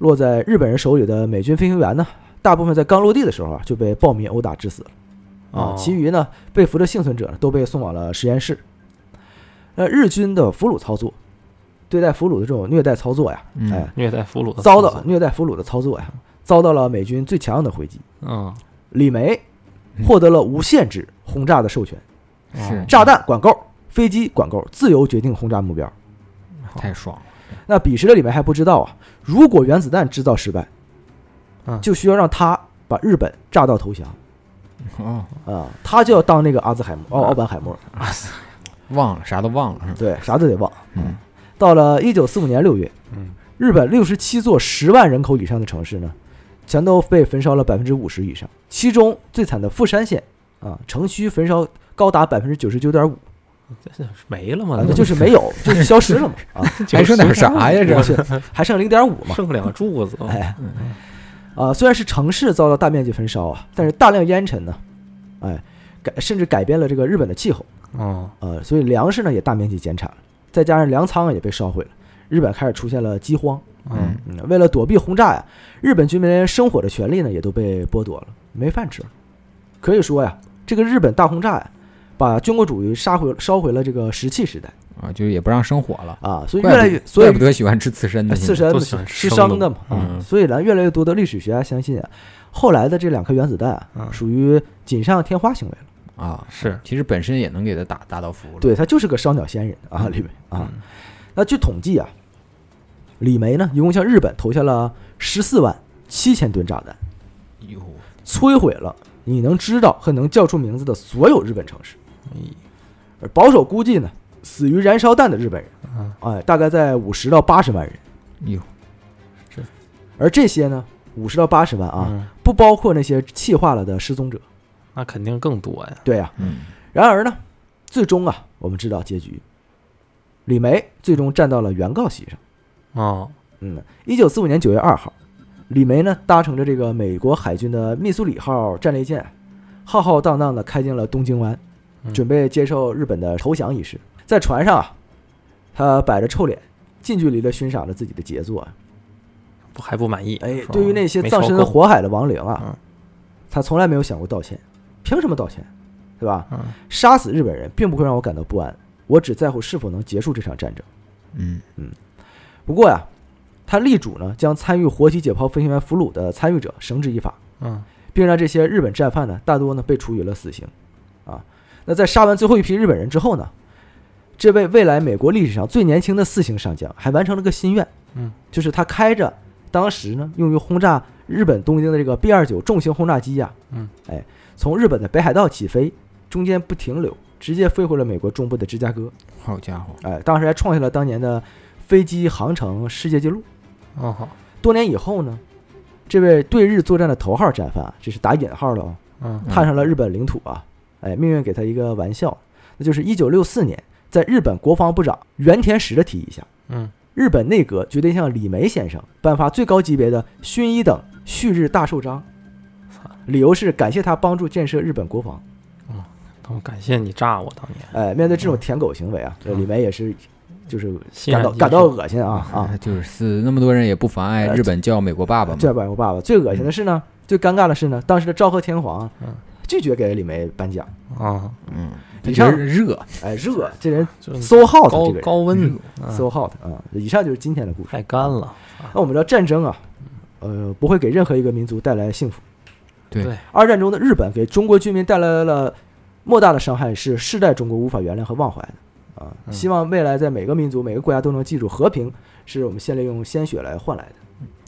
A: 落在日本人手里的美军飞行员呢，大部分在刚落地的时候啊就被暴民殴打致死了啊
D: 哦，
A: 其余呢被俘的幸存者呢都被送往了实验室。那日军的俘虏操作，对待俘虏的这种虐待操作呀，
C: 嗯
A: 哎，
D: 虐待俘虏的
A: 遭
D: 操
A: 到
D: 作
A: 虐待俘虏的操作呀，遭到了美军最强硬的回击。
D: 嗯，
A: 李梅
C: 嗯
A: 获得了无限制轰炸的授权，
C: 是
D: 啊
A: 炸弹管够，飞机管够，自由决定轰炸目标。
C: 太爽了，
A: 那彼时的李梅还不知道啊，如果原子弹制造失败
D: 嗯，
A: 就需要让他把日本炸到投降
C: 哦，
A: 啊，他就要当那个阿兹海默奥
D: 啊
A: 奥本海默，
C: 忘了啥都忘了，是吧
A: 对，啥都得忘。
C: 嗯
A: 到了一九四五年六月，
D: 嗯
A: 日本六十七座十万人口以上的城市呢，全都被焚烧了百分之五十以上，其中最惨的富山县啊，城区焚烧高达百分之九十九点五，
D: 这是没了嘛
A: 啊，那，就是没有，就是消失了嘛，啊，
C: 还剩点 啥呀？这嗯
A: 是还剩零点五嘛，
D: 剩两个柱子，
A: 哎，啊，虽然是城市遭到大面积焚烧啊，但是大量烟尘呢，哎，改甚至改变了这个日本的气候，
D: 哦，
A: 呃，所以粮食呢也大面积减产了，再加上粮仓啊也被烧毁了，日本开始出现了饥荒。
D: 嗯，
A: 嗯，为了躲避轰炸呀，日本居民连生火的权利呢也都被剥夺了，没饭吃了。可以说呀，这个日本大轰炸呀，把军国主义杀回烧回了这个石器时代
C: 啊，就也不让生火了，
A: 啊，所以
C: 怪
A: 越
C: 不
A: 来越所
C: 怪
A: 以
C: 不得喜嗯欢吃刺身
A: 哎
C: 的
A: 刺
C: 现在，
A: 身
D: 都
A: 嘛
D: 喜欢
A: 吃
D: 生
A: 伤
D: 的
A: 的嘛，
D: 嘛
A: 啊
C: 嗯
A: 所以呢，越来越多的历史学家相信啊，后来的这两颗原子弹啊，
D: 嗯
A: 属于锦上添花行为了，
C: 啊，
D: 是，
C: 其实本身也能给他打打到服了，
A: 对，他就是个烧鸟仙人啊，李梅啊。
D: 嗯
A: 那据统计啊，李梅呢一共向日本投下了十四万七千吨炸弹，
C: 哟，
A: 摧毁了你能知道和能叫出名字的所有日本城市，而保守估计呢，死于燃烧弹的日本人，
D: 嗯
A: 哎，大概在五十到八十万人，
C: 哟，
A: 而这些呢，五十到八十万啊。
D: 嗯
A: 不包括那些气化了的失踪者。
D: 那肯定更多呀，
A: 对呀、
C: 嗯，
A: 然而呢，最终啊，我们知道结局，李梅最终站到了原告席上。
D: 哦，
A: 嗯，一九四五年九月二号，李梅呢搭乘着这个美国海军的密苏里号战列舰，浩浩荡荡的开进了东京湾，
D: 嗯
A: 准备接受日本的投降仪式。在船上啊，他摆着臭脸，近距离的欣赏着自己的杰作啊。
D: 不还不满意？
A: 哎
D: 说，
A: 对于那些
D: 啊没
A: 葬
D: 烧
A: 身
D: 够
A: 火海的亡灵啊，
D: 嗯
A: 他从来没有想过道歉，凭什么道歉，对吧？
D: 嗯
A: 杀死日本人并不会让我感到不安，我只在乎是否能结束这场战争。
C: 嗯，
A: 不过呀，他力主呢将参与活体解剖飞行员俘虏的参与者绳之以法，
D: 嗯，
A: 并让这些日本战犯呢大多呢被处以了死刑。啊，那在杀完最后一批日本人之后呢，这位未来美国历史上最年轻的四星上将还完成了个心愿，
D: 嗯，
A: 就是他开着当时呢用于轰炸日本东京的这个 B 二九重型轰炸机呀、
D: 嗯，
A: 哎，从日本的北海道起飞，中间不停留，直接飞回了美国中部的芝加哥。
C: 好家伙，
A: 哎，当时还创下了当年的飞机航程世界纪录。
D: 哦好，
A: 多年以后呢，这位对日作战的头号战犯啊，这是打引号的啊，
D: 嗯
A: 踏上了日本领土啊，哎，命运给他一个玩笑，那就是一九六四年，在日本国防部长原田实的提议下，
D: 嗯，
A: 日本内阁决定向李梅先生颁发最高级别的勋一等旭日大绶章
D: 操，
A: 理由是感谢他帮助建设日本国防。
D: 我感谢你炸我当年，
A: 哎，面对这种舔狗行为啊，这
D: 嗯
A: 李梅也是，就是
D: 欣
A: 感
D: 然
A: 到
D: 接
A: 感到
D: 受
A: 恶心啊啊！
C: 啊，就是死那么多人也不妨碍
A: 呃
C: 日本叫美国爸爸嘛，
A: 这百我爸爸。最恶心的是呢，最尴尬的是呢，当时的昭和天皇啊
D: 嗯
A: 拒绝给李梅颁奖。
D: 啊，
C: 嗯，
A: 以
C: 以
A: 上
C: 上热，
A: 哎，热这人
D: 就是
A: ，so hot
D: 高
A: 这个人
D: 高温，嗯
A: ，so hot 啊！以上就是今天的故事。
D: 太干了，
A: 那我们知道战争啊，呃，不会给任何一个民族带来幸福。
C: 对
D: 对
A: 二战中的日本给中国居民带来了莫大的伤害，是世代中国无法原谅和忘怀的啊！
D: 嗯
A: 希望未来在每个民族、每个国家都能记住，和平是我们现在用鲜血来换来的。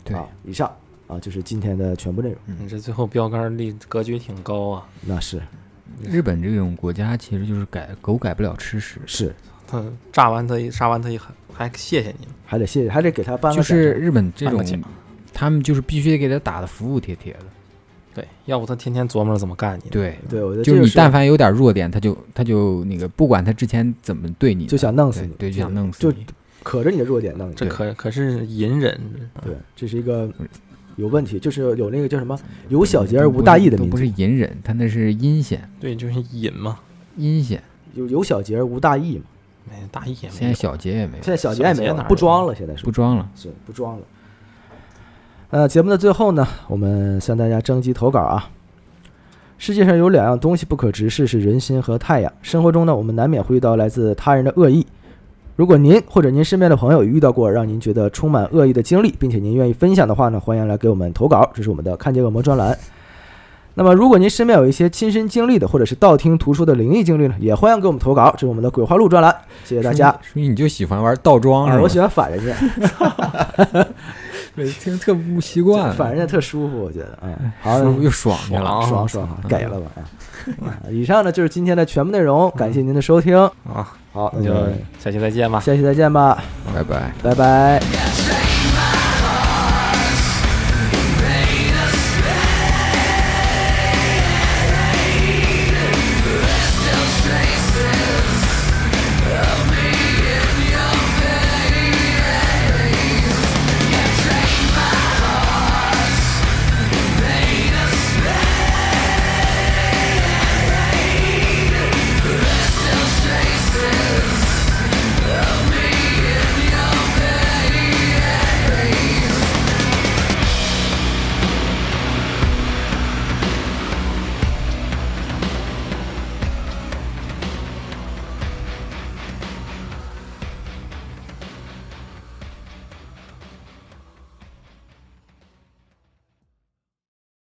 C: 对
A: 啊，以上啊就是今天的全部内容。
D: 你这最后标杆立格局挺高啊，
A: 那是
C: 日本这种国家其实就是改狗改不了吃屎，
A: 是，
D: 他炸完他一杀完他一还还谢谢你们，
A: 还得谢谢，还得给他颁个
C: 就
A: 奖
C: 是日本这
D: 颁个奖
C: 种，他们就是必须得给他打的服服帖帖的。
D: 对，要不他天天琢磨着怎么干你。，
C: 对，
A: 对，我觉得
C: 就
A: 这
C: 是
A: 个
C: 你但凡有点弱点，他就他就那个，不管他之前怎么对你的，
A: 就想弄死
C: 对
A: 你，
C: 对，就想弄死
A: 就
C: 你。
A: 可着你的弱点弄你。
D: 这可可是隐忍，
A: 对，这是一个有问题，就是有那个叫什么“有小节而无大义”的
C: 都
A: 民
C: 不
A: 族
C: 是，隐忍，他那是阴险，
D: 对，就是隐嘛，
C: 阴险。
A: 有有小节而无大义嘛。
D: 没大义也
C: 现
D: 没
C: 在
D: 有。
C: 小节也没
A: 现，
C: 有
A: 在小节也没有
D: 小节哪
A: 了，
D: 有
A: 不装了，现在是
C: 不装了。
A: 是不装了。呃，节目的最后呢，我们向大家征集投稿啊。世界上有两样东西不可直视，是人心和太阳。生活中呢，我们难免会遇到来自他人的恶意。如果您或者您身边的朋友也遇到过让您觉得充满恶意的经历，并且您愿意分享的话呢，欢迎来给我们投稿，这是我们的“看见恶魔”专栏。那么，如果您身边有一些亲身经历的，或者是道听途说的灵异经历呢，也欢迎给我们投稿，这是我们的“鬼话录”专栏。谢谢大家。
C: 所以你就喜欢玩倒装
A: 啊，
C: 是
A: 我
C: 吧？
A: 喜欢反人家。
C: 对听特不习惯，哎
A: 反正特舒服，我觉得，嗯，好，嗯
C: 舒服又爽去了。嗯
D: 爽
A: 爽爽爽，给了吧，啊，以上呢就是今天的全部内容，感谢您的收听，
D: 啊，
A: 好，
D: 那
A: 那
D: 就
A: 就
D: 下期再见吧。
A: 下期再见吧，
C: 拜拜。
A: 拜拜。
B: Yes.